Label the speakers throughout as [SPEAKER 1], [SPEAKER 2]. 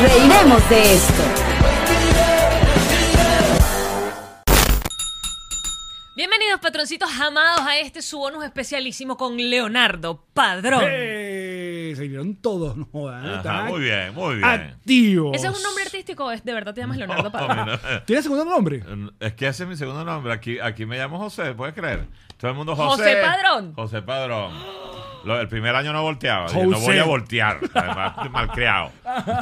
[SPEAKER 1] reiremos de esto.
[SPEAKER 2] Bienvenidos, patroncitos amados, a este su bonus especialísimo con Leonardo Padrón.
[SPEAKER 3] ¡Eh! Se vieron todos, no jodan,
[SPEAKER 4] Ajá,
[SPEAKER 3] están
[SPEAKER 4] muy bien, muy
[SPEAKER 3] Ah.
[SPEAKER 4] bien.
[SPEAKER 3] Activos.
[SPEAKER 2] ¿Ese es un nombre artístico? o es- ¿De verdad te llamas Leonardo Padrón?
[SPEAKER 4] Mira,
[SPEAKER 3] ¿Tiene segundo nombre?
[SPEAKER 4] es que ese es mi segundo nombre. Aquí, aquí me llamo José, ¿puedes creer? Todo el mundo José.
[SPEAKER 2] José Padrón.
[SPEAKER 4] José Padrón. Lo- el primer año no volteaba. dije, No
[SPEAKER 3] José.
[SPEAKER 4] voy a voltear. Además, malcriado.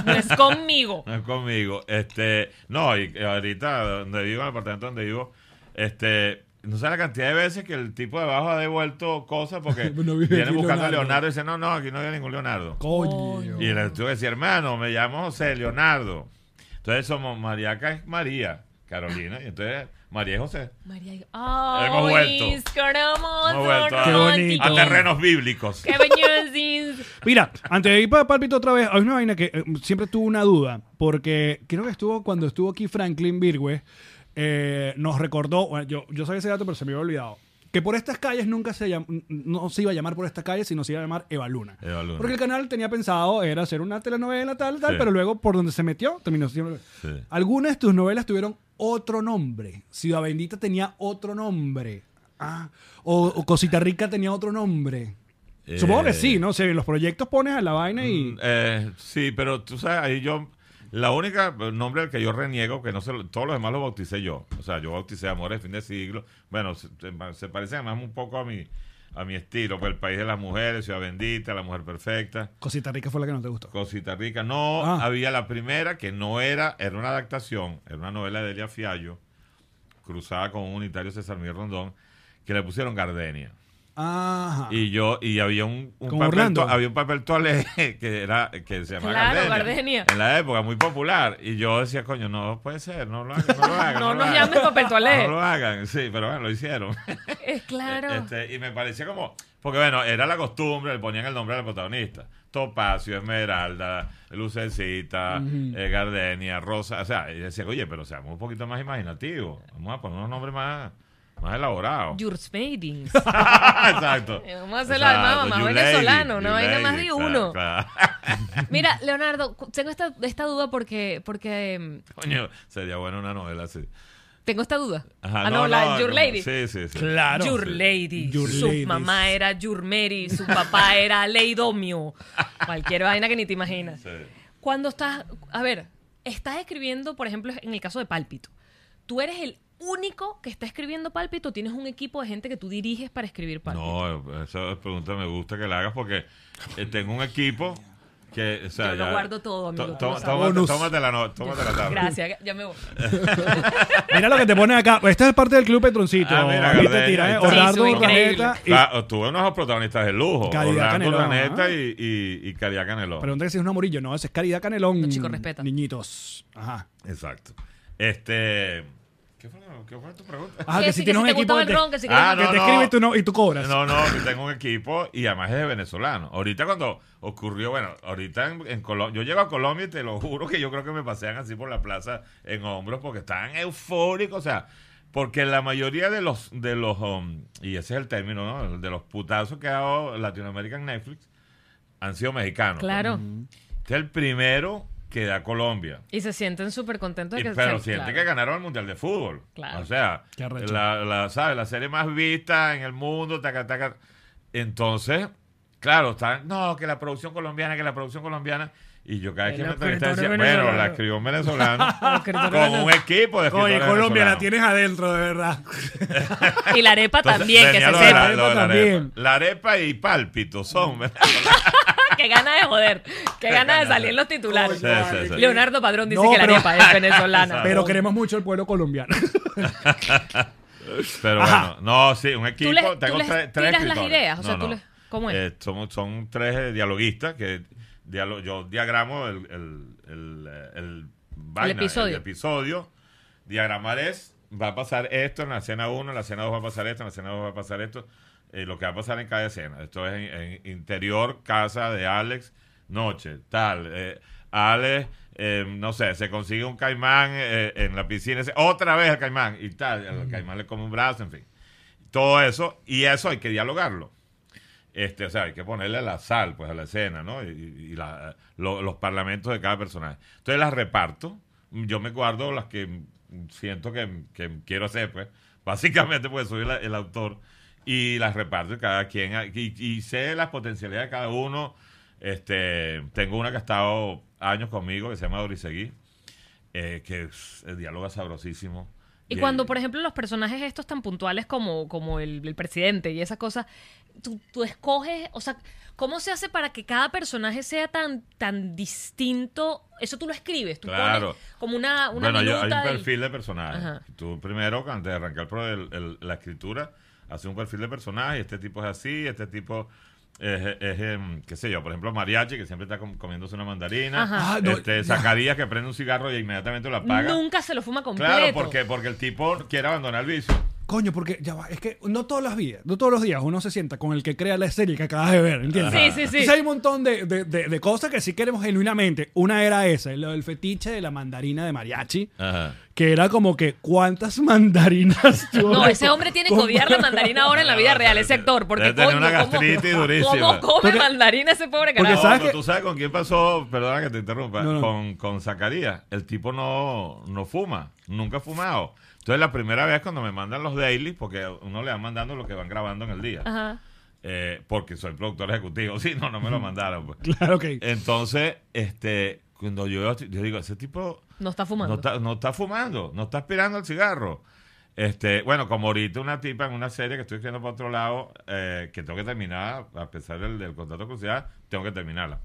[SPEAKER 2] No es conmigo.
[SPEAKER 4] No es conmigo. Este, no, y ahorita donde vivo, en el apartamento donde vivo, este, no sé la cantidad de veces que el tipo de abajo ha devuelto cosas porque
[SPEAKER 3] No vive
[SPEAKER 4] viene
[SPEAKER 3] aquí
[SPEAKER 4] buscando a
[SPEAKER 3] Leonardo.
[SPEAKER 4] Leonardo y dice, no, no, aquí no había ningún Leonardo.
[SPEAKER 3] Coño.
[SPEAKER 4] Y le tuve que decir, hermano, me llamo José Leonardo. Entonces somos Mariaca es María, Carolina, y entonces María es José.
[SPEAKER 2] María. ¡Ay,
[SPEAKER 4] Hemos vuelto.
[SPEAKER 2] escaramos,
[SPEAKER 4] Hemos vuelto a-
[SPEAKER 3] Qué bonito.
[SPEAKER 4] A
[SPEAKER 2] románticos!
[SPEAKER 4] terrenos bíblicos.
[SPEAKER 2] ¡Qué beñosis!
[SPEAKER 3] Mira, antes de ir para Palpito otra vez, hay una vaina que eh, siempre tuve una duda, porque creo que estuvo cuando estuvo aquí Franklin Virgüe, eh, nos recordó, bueno, yo, yo sabía ese dato, pero se me había olvidado, que por estas calles nunca se llam- no se iba a llamar por estas calles, sino se iba a llamar Eva Luna.
[SPEAKER 4] Eva Luna.
[SPEAKER 3] Porque el canal tenía pensado era hacer una telenovela tal, tal,
[SPEAKER 4] Sí.
[SPEAKER 3] pero luego por donde se metió, terminó siendo...
[SPEAKER 4] Sí.
[SPEAKER 3] Algunas de tus novelas tuvieron otro nombre. Ciudad Bendita tenía otro nombre. Ah, o, o Cosita Rica tenía otro nombre. Supongo que
[SPEAKER 4] Eh.
[SPEAKER 3] sí, ¿no? sé los proyectos pones a la vaina y.
[SPEAKER 4] Mm, eh, sí, pero tú sabes, ahí yo. La única nombre al que yo reniego, que no se lo- todos los demás los bauticé yo. O sea, yo bauticé Amores Fin de Siglo. Bueno, se, se pa- se parece además un poco a mi, a mi estilo. Pues el país de las mujeres, Ciudad Bendita, La Mujer Perfecta,
[SPEAKER 3] Cosita Rica fue la que no te gustó.
[SPEAKER 4] Cosita Rica. No,
[SPEAKER 3] Ah.
[SPEAKER 4] había la primera que no era, era una adaptación, era una novela de Elia Fiallo, cruzada con un unitario César Miguel Rondón, que le pusieron Gardenia.
[SPEAKER 3] Ajá.
[SPEAKER 4] Y yo, y había un, un
[SPEAKER 3] Ah. Con
[SPEAKER 4] papel
[SPEAKER 3] Orlando.
[SPEAKER 4] to- había un papel toalé que era, que se llamaba
[SPEAKER 2] Claro,
[SPEAKER 4] Gardenia,
[SPEAKER 2] Gardenia.
[SPEAKER 4] En la época, muy popular. Y yo decía, coño, no puede ser, no lo hagan, no lo hagan.
[SPEAKER 2] No
[SPEAKER 4] lo
[SPEAKER 2] nos
[SPEAKER 4] hagan.
[SPEAKER 2] llames papel toalé.
[SPEAKER 4] No lo hagan, sí, pero bueno, lo hicieron.
[SPEAKER 2] Es claro.
[SPEAKER 4] Este, y me parecía como, porque bueno, era la costumbre, le ponían el nombre al protagonista. Topacio, Esmeralda, Lucecita, eh, Gardenia, Rosa. O sea, y decía, oye, pero seamos un poquito más imaginativos. Vamos a poner unos nombres más, más elaborados.
[SPEAKER 2] Your maidens.
[SPEAKER 4] Exacto.
[SPEAKER 2] Eh, Vamos a hacerlo además,
[SPEAKER 4] Exacto,
[SPEAKER 2] más
[SPEAKER 4] you
[SPEAKER 2] venezolano,
[SPEAKER 4] lady,
[SPEAKER 2] una
[SPEAKER 4] you
[SPEAKER 2] vaina más
[SPEAKER 4] lady,
[SPEAKER 2] de
[SPEAKER 4] claro,
[SPEAKER 2] uno.
[SPEAKER 4] claro.
[SPEAKER 2] Mira, Leonardo, cu- tengo esta, esta duda porque, porque em,
[SPEAKER 4] Coño, sería buena una novela así.
[SPEAKER 2] tengo esta duda.
[SPEAKER 4] Ajá,
[SPEAKER 2] ah, no, la Your
[SPEAKER 4] no,
[SPEAKER 2] Lady.
[SPEAKER 4] Sí, sí, sí.
[SPEAKER 3] Claro.
[SPEAKER 2] Your Lady.
[SPEAKER 3] Your
[SPEAKER 2] su
[SPEAKER 3] Ladies.
[SPEAKER 2] mamá era Your Mary, su papá era Leidomio. Cualquier vaina que ni te imaginas.
[SPEAKER 4] Sí.
[SPEAKER 2] Cuando estás, a ver, estás escribiendo, por ejemplo, en el caso de Pálpito, tú eres el único que está escribiendo Pálpito, tienes un equipo de gente que tú diriges para escribir Pálpito.
[SPEAKER 4] No, esa pregunta me gusta que la hagas porque eh, tengo un equipo que. O sea,
[SPEAKER 2] Yo lo
[SPEAKER 4] ya-
[SPEAKER 2] guardo todo, amigo,
[SPEAKER 4] To-
[SPEAKER 2] tú lo
[SPEAKER 4] to-
[SPEAKER 2] sabes.
[SPEAKER 4] tómate,
[SPEAKER 3] Bonus.
[SPEAKER 4] tómatela, no, tómatela tarde.
[SPEAKER 2] Gracias, ya me voy.
[SPEAKER 3] Mira lo que te ponen acá. Pues, Esta es parte del Club Petroncito.
[SPEAKER 4] Ah, mira,
[SPEAKER 3] Ahí te
[SPEAKER 4] Gardel,
[SPEAKER 3] tira,
[SPEAKER 4] ahí
[SPEAKER 3] ¿eh?
[SPEAKER 4] está.
[SPEAKER 3] Orlando
[SPEAKER 2] Sí, su increíble.
[SPEAKER 3] Urdaneta y-
[SPEAKER 4] Claro, tuve unos protagonistas de lujo:
[SPEAKER 3] Caridad
[SPEAKER 4] Orlando
[SPEAKER 3] Canelón,
[SPEAKER 4] Urdaneta
[SPEAKER 3] ajá.
[SPEAKER 4] y, y, y Caridad Canelón.
[SPEAKER 3] Pregunta que si es un amorillo. No, ese es Caridad Canelón.
[SPEAKER 2] No, chico, respeta.
[SPEAKER 3] Niñitos. Ajá.
[SPEAKER 4] Exacto. Este. ¿Qué fue, qué fue tu pregunta?
[SPEAKER 3] Ajá,
[SPEAKER 2] Que
[SPEAKER 3] Ah, que,
[SPEAKER 2] sí,
[SPEAKER 3] si
[SPEAKER 2] que
[SPEAKER 3] tienes
[SPEAKER 2] si
[SPEAKER 3] un
[SPEAKER 2] te
[SPEAKER 3] equipo
[SPEAKER 2] gustaba
[SPEAKER 3] que
[SPEAKER 2] el
[SPEAKER 3] te,
[SPEAKER 2] ron, que si
[SPEAKER 3] que
[SPEAKER 2] quieres-
[SPEAKER 4] Ah,
[SPEAKER 3] te
[SPEAKER 4] no, no.
[SPEAKER 3] escribe y tú, no, y tú cobras.
[SPEAKER 4] No, no, yo tengo un equipo y además es de venezolano. Ahorita cuando ocurrió, bueno, ahorita en, Colombia, yo llego a Colombia y te lo juro que yo creo que me pasean así por la plaza en hombros porque están eufóricos, o sea, porque la mayoría de los, de los, um, y ese es el término, ¿no? De los putazos que ha dado Latinoamérica en Netflix han sido mexicanos.
[SPEAKER 2] Claro.
[SPEAKER 3] Mm.
[SPEAKER 4] Este es el primero que da Colombia.
[SPEAKER 2] Y se sienten súper contentos de
[SPEAKER 4] Y-
[SPEAKER 2] que
[SPEAKER 4] pero
[SPEAKER 2] se-
[SPEAKER 4] siente
[SPEAKER 2] claro.
[SPEAKER 4] que ganaron el Mundial de Fútbol.
[SPEAKER 2] Claro.
[SPEAKER 4] O sea,
[SPEAKER 3] Qué arrecho.
[SPEAKER 4] la, la, ¿sabes? la serie más vista en el mundo, taca, taca. Entonces, claro, están, no, que la producción colombiana, que la producción colombiana. Y yo cada vez que me
[SPEAKER 2] Bueno,
[SPEAKER 4] entrevisté
[SPEAKER 2] escritor
[SPEAKER 4] decía, bueno,
[SPEAKER 2] venezolano.
[SPEAKER 4] la escribió un venezolano
[SPEAKER 2] escritor
[SPEAKER 4] con un equipo de escritores
[SPEAKER 3] Oye, Colombia la
[SPEAKER 4] venezolanos.
[SPEAKER 3] tienes adentro, de verdad.
[SPEAKER 2] Y la arepa
[SPEAKER 4] Entonces,
[SPEAKER 2] también, que
[SPEAKER 4] venía
[SPEAKER 2] se
[SPEAKER 4] lo de
[SPEAKER 2] sepa.
[SPEAKER 4] la, lo de la
[SPEAKER 3] También.
[SPEAKER 4] arepa. La arepa y pálpito son.
[SPEAKER 2] Qué gana de joder. Qué gana de salir en los titulares.
[SPEAKER 4] Sí, sí, sí.
[SPEAKER 2] Leonardo Padrón dice
[SPEAKER 3] No,
[SPEAKER 2] que la
[SPEAKER 3] pero-
[SPEAKER 2] arepa es venezolana.
[SPEAKER 3] Pero queremos mucho al pueblo colombiano.
[SPEAKER 4] Pero
[SPEAKER 3] Ajá.
[SPEAKER 4] bueno, no, sí, un equipo.
[SPEAKER 2] les- tú
[SPEAKER 4] tengo
[SPEAKER 2] les
[SPEAKER 4] tre- tres
[SPEAKER 2] tiras las
[SPEAKER 4] escritores.
[SPEAKER 2] ideas, o sea, tú les- ¿cómo es?
[SPEAKER 4] Eh, somos- son tres eh, dialoguistas que dialo- yo diagramo el, el, el, eh, el vaina,
[SPEAKER 2] episodio.
[SPEAKER 4] episodio. Diagramar es: va a pasar esto en la escena 1, en la escena 2 va a pasar esto, en la escena 2 va a pasar esto. eh, lo que va a pasar en cada escena. Esto es en, en interior, casa de Alex, noche, tal. eh, Alex, eh, no sé, se consigue un caimán eh, en la piscina. se- Otra vez el caimán y tal. El caimán le come un brazo, en fin todo eso, y eso hay que dialogarlo. Este, o sea, hay que ponerle la sal, pues, a la escena, ¿no? Y, y la- lo- los parlamentos de cada personaje. Entonces las reparto. Yo me guardo las que siento que, que quiero hacer, pues. Básicamente, pues, soy la- el autor. Y las reparto y cada quien. Y, y sé las potencialidades de cada uno. Este, tengo una que ha estado años conmigo, que se llama Doriseguí, eh, que es- el diálogo es sabrosísimo.
[SPEAKER 2] Y
[SPEAKER 4] el-
[SPEAKER 2] cuando, por ejemplo, los personajes estos tan puntuales como, como el, el presidente y esas cosas, tú, tú escoges, o sea, ¿cómo se hace para que cada personaje sea tan, tan distinto? Eso tú lo escribes, tú
[SPEAKER 4] Claro.
[SPEAKER 2] pones como una, una
[SPEAKER 4] bueno, yo- hay un
[SPEAKER 2] minuta del-
[SPEAKER 4] perfil de personaje.
[SPEAKER 2] Ajá.
[SPEAKER 4] Tú primero, antes de arrancar por el- el- la escritura, haces un perfil de personaje. Este tipo es así, este tipo es, es, em, qué sé yo, por ejemplo, Mariachi, que siempre está com- comiéndose una mandarina.
[SPEAKER 2] Ajá.
[SPEAKER 3] Ah, no,
[SPEAKER 4] este, Zacarías, que prende un cigarro y inmediatamente lo apaga.
[SPEAKER 2] Nunca se lo fuma completo.
[SPEAKER 4] Claro, porque, porque el tipo quiere abandonar el vicio.
[SPEAKER 3] Coño, porque ya va, es que no todos los días, no todos los días uno se sienta con el que crea la serie que acabas de ver, ¿entiendes?
[SPEAKER 2] Sí, sí, sí.
[SPEAKER 3] Entonces hay un montón de, de- de- de cosas que sí queremos genuinamente. Una era esa, lo del fetiche de la mandarina de mariachi,
[SPEAKER 4] Ajá.
[SPEAKER 3] que era como que cuántas mandarinas tú-
[SPEAKER 2] No, ese hombre tiene que odiar la mandarina ahora en la vida real, ese actor. Porque
[SPEAKER 4] Debe tener
[SPEAKER 2] coño,
[SPEAKER 4] una
[SPEAKER 2] ¿cómo-
[SPEAKER 4] gastritis
[SPEAKER 2] ¿cómo,
[SPEAKER 4] durísima.
[SPEAKER 2] come
[SPEAKER 3] Porque-
[SPEAKER 2] mandarina ese pobre
[SPEAKER 3] porque
[SPEAKER 2] carajo?
[SPEAKER 4] No,
[SPEAKER 3] ¿sabes
[SPEAKER 4] pero
[SPEAKER 3] qué?
[SPEAKER 4] Ah, tú sabes con quién pasó, perdona que te interrumpa,
[SPEAKER 3] No, no.
[SPEAKER 4] Con, con Zacarías. El tipo no, no fuma, nunca ha fumado. Entonces la primera vez cuando me mandan los dailies, porque uno le van mandando lo que van grabando en el día,
[SPEAKER 2] Ajá.
[SPEAKER 4] eh, porque soy productor ejecutivo, si no, no me lo mandaron. pues.
[SPEAKER 3] Claro que
[SPEAKER 2] Eh,
[SPEAKER 4] Entonces, este, cuando yo, yo digo, ese tipo
[SPEAKER 2] No está fumando.
[SPEAKER 4] no está, no está fumando, no está aspirando al cigarro. Este, bueno, como ahorita una tipa en una serie que estoy escribiendo para otro lado, eh, que tengo que terminar, a pesar del, del contrato crucial, tengo que terminarla.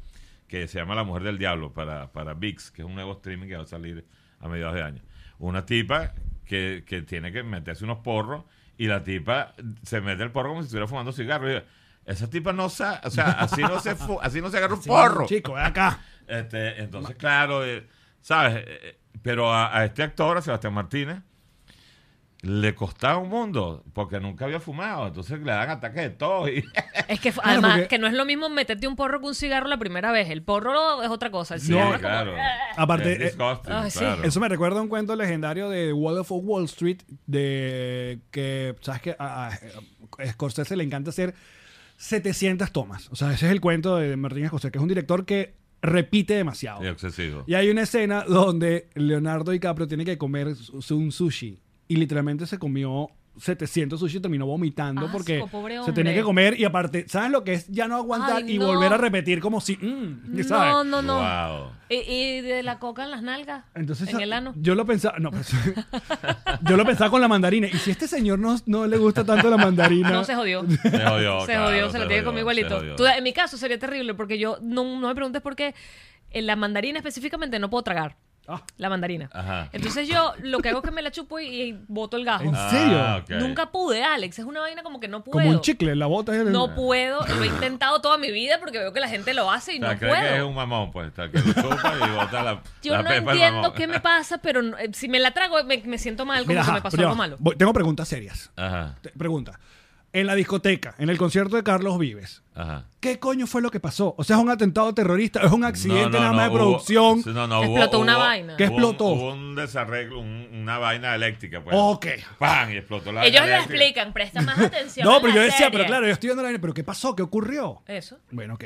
[SPEAKER 4] Que se llama La Mujer del Diablo para, para VIX, que es un nuevo streaming que va a salir a mediados de año. Una tipa que, que tiene que meterse unos porros y la tipa se mete el porro como si estuviera fumando cigarro. Y yo, esa tipa no sabe, o sea, así no se, fu- así no se agarra un porro.
[SPEAKER 3] Chico, ven acá.
[SPEAKER 4] Este, entonces, claro, eh, ¿sabes? Eh, eh, Pero a, a este actor, a Sebastián Martínez, le costaba un mundo porque nunca había fumado. Entonces le dan ataques de tos. Y,
[SPEAKER 2] Es que
[SPEAKER 3] Claro,
[SPEAKER 2] además
[SPEAKER 3] porque-
[SPEAKER 2] que no es lo mismo meterte un porro que un cigarro la primera vez. El porro es otra cosa. El
[SPEAKER 4] Sí,
[SPEAKER 2] cigarro es como-
[SPEAKER 4] claro.
[SPEAKER 3] Aparte,
[SPEAKER 4] Es
[SPEAKER 3] eh,
[SPEAKER 4] disgusting,
[SPEAKER 2] ay, sí.
[SPEAKER 4] claro.
[SPEAKER 3] Eso me recuerda a un cuento legendario de Wolf of Wall Street, de que, ¿sabes que A, a Scorsese le encanta hacer 700 tomas. O sea, ese es el cuento de Martín Scorsese, que es un director que repite demasiado.
[SPEAKER 4] Y excesivo.
[SPEAKER 3] Y hay una escena donde Leonardo DiCaprio tiene que comer su- su- un sushi y literalmente se comió 700 sushi y terminó vomitando
[SPEAKER 2] Asco,
[SPEAKER 3] porque
[SPEAKER 2] pobre
[SPEAKER 3] se
[SPEAKER 2] hombre.
[SPEAKER 3] tenía que comer y aparte, ¿sabes lo que es ya no aguantar
[SPEAKER 2] Ay,
[SPEAKER 3] y
[SPEAKER 2] no.
[SPEAKER 3] volver a repetir como si... mm, ¿sabes?
[SPEAKER 2] No, no, no.
[SPEAKER 4] Wow.
[SPEAKER 2] ¿Y, y de la coca en las nalgas?
[SPEAKER 3] Entonces,
[SPEAKER 2] ¿En el ano?
[SPEAKER 3] yo lo pensaba, no, pues, yo lo pensaba con la mandarina. Y si a este señor no, no le gusta tanto la mandarina,
[SPEAKER 2] Ah, No, se jodió.
[SPEAKER 4] Se jodió.
[SPEAKER 2] se
[SPEAKER 4] claro,
[SPEAKER 2] jodió, se lo tiene
[SPEAKER 4] jodió,
[SPEAKER 2] conmigo
[SPEAKER 4] se
[SPEAKER 2] igualito.
[SPEAKER 4] jodió.
[SPEAKER 2] Tú, en mi caso sería terrible porque yo, no, no me preguntes por qué, eh, la mandarina específicamente no puedo tragar.
[SPEAKER 3] Ah.
[SPEAKER 2] La mandarina.
[SPEAKER 4] Ajá.
[SPEAKER 2] Entonces yo lo que hago es que me la chupo y, y boto el gajo.
[SPEAKER 3] ¿En
[SPEAKER 4] Ah,
[SPEAKER 3] serio?
[SPEAKER 4] ok.
[SPEAKER 2] Nunca pude, Alex. Es una vaina como que no puedo.
[SPEAKER 3] como un chicle, la bota es el-
[SPEAKER 2] No puedo. Lo he intentado toda mi vida porque veo que la gente lo hace y
[SPEAKER 4] O sea,
[SPEAKER 2] no
[SPEAKER 4] cree que es
[SPEAKER 2] puedo.
[SPEAKER 4] un mamón, pues. tal, que lo chupa y bota la,
[SPEAKER 2] Yo
[SPEAKER 4] la
[SPEAKER 2] no
[SPEAKER 4] pepa al
[SPEAKER 2] entiendo
[SPEAKER 4] mamón.
[SPEAKER 2] qué me pasa, pero no- eh, si me la trago me, me siento mal, pues, como
[SPEAKER 3] Mira,
[SPEAKER 2] que
[SPEAKER 3] ajá,
[SPEAKER 2] me pasó
[SPEAKER 3] pero ya
[SPEAKER 2] algo
[SPEAKER 3] va.
[SPEAKER 2] malo.
[SPEAKER 3] Voy- tengo preguntas serias.
[SPEAKER 4] Ajá,
[SPEAKER 3] Te- Pregunta. En la discoteca, en el concierto de Carlos Vives,
[SPEAKER 4] ajá.
[SPEAKER 3] ¿qué coño fue lo que pasó? O sea, es un atentado terrorista, es un accidente
[SPEAKER 4] No, no,
[SPEAKER 3] nada más
[SPEAKER 4] no,
[SPEAKER 3] de
[SPEAKER 4] hubo-
[SPEAKER 3] producción.
[SPEAKER 4] sí, no, no, hubo-
[SPEAKER 2] Explotó una
[SPEAKER 4] hubo-
[SPEAKER 2] vaina.
[SPEAKER 3] ¿Qué
[SPEAKER 4] hubo un-
[SPEAKER 3] explotó?
[SPEAKER 4] Hubo un desarreglo, un- una vaina eléctrica. Pues.
[SPEAKER 3] Ok.
[SPEAKER 4] ¡Pam! Y explotó la
[SPEAKER 2] Ellos le
[SPEAKER 4] vaina eléctrica.
[SPEAKER 2] explican, presta más atención.
[SPEAKER 3] No,
[SPEAKER 2] a
[SPEAKER 3] pero
[SPEAKER 2] la
[SPEAKER 3] yo decía,
[SPEAKER 2] serie.
[SPEAKER 3] pero claro, yo estoy viendo la vaina, pero ¿qué pasó? ¿Qué ocurrió?
[SPEAKER 2] Eso.
[SPEAKER 3] Bueno, ok.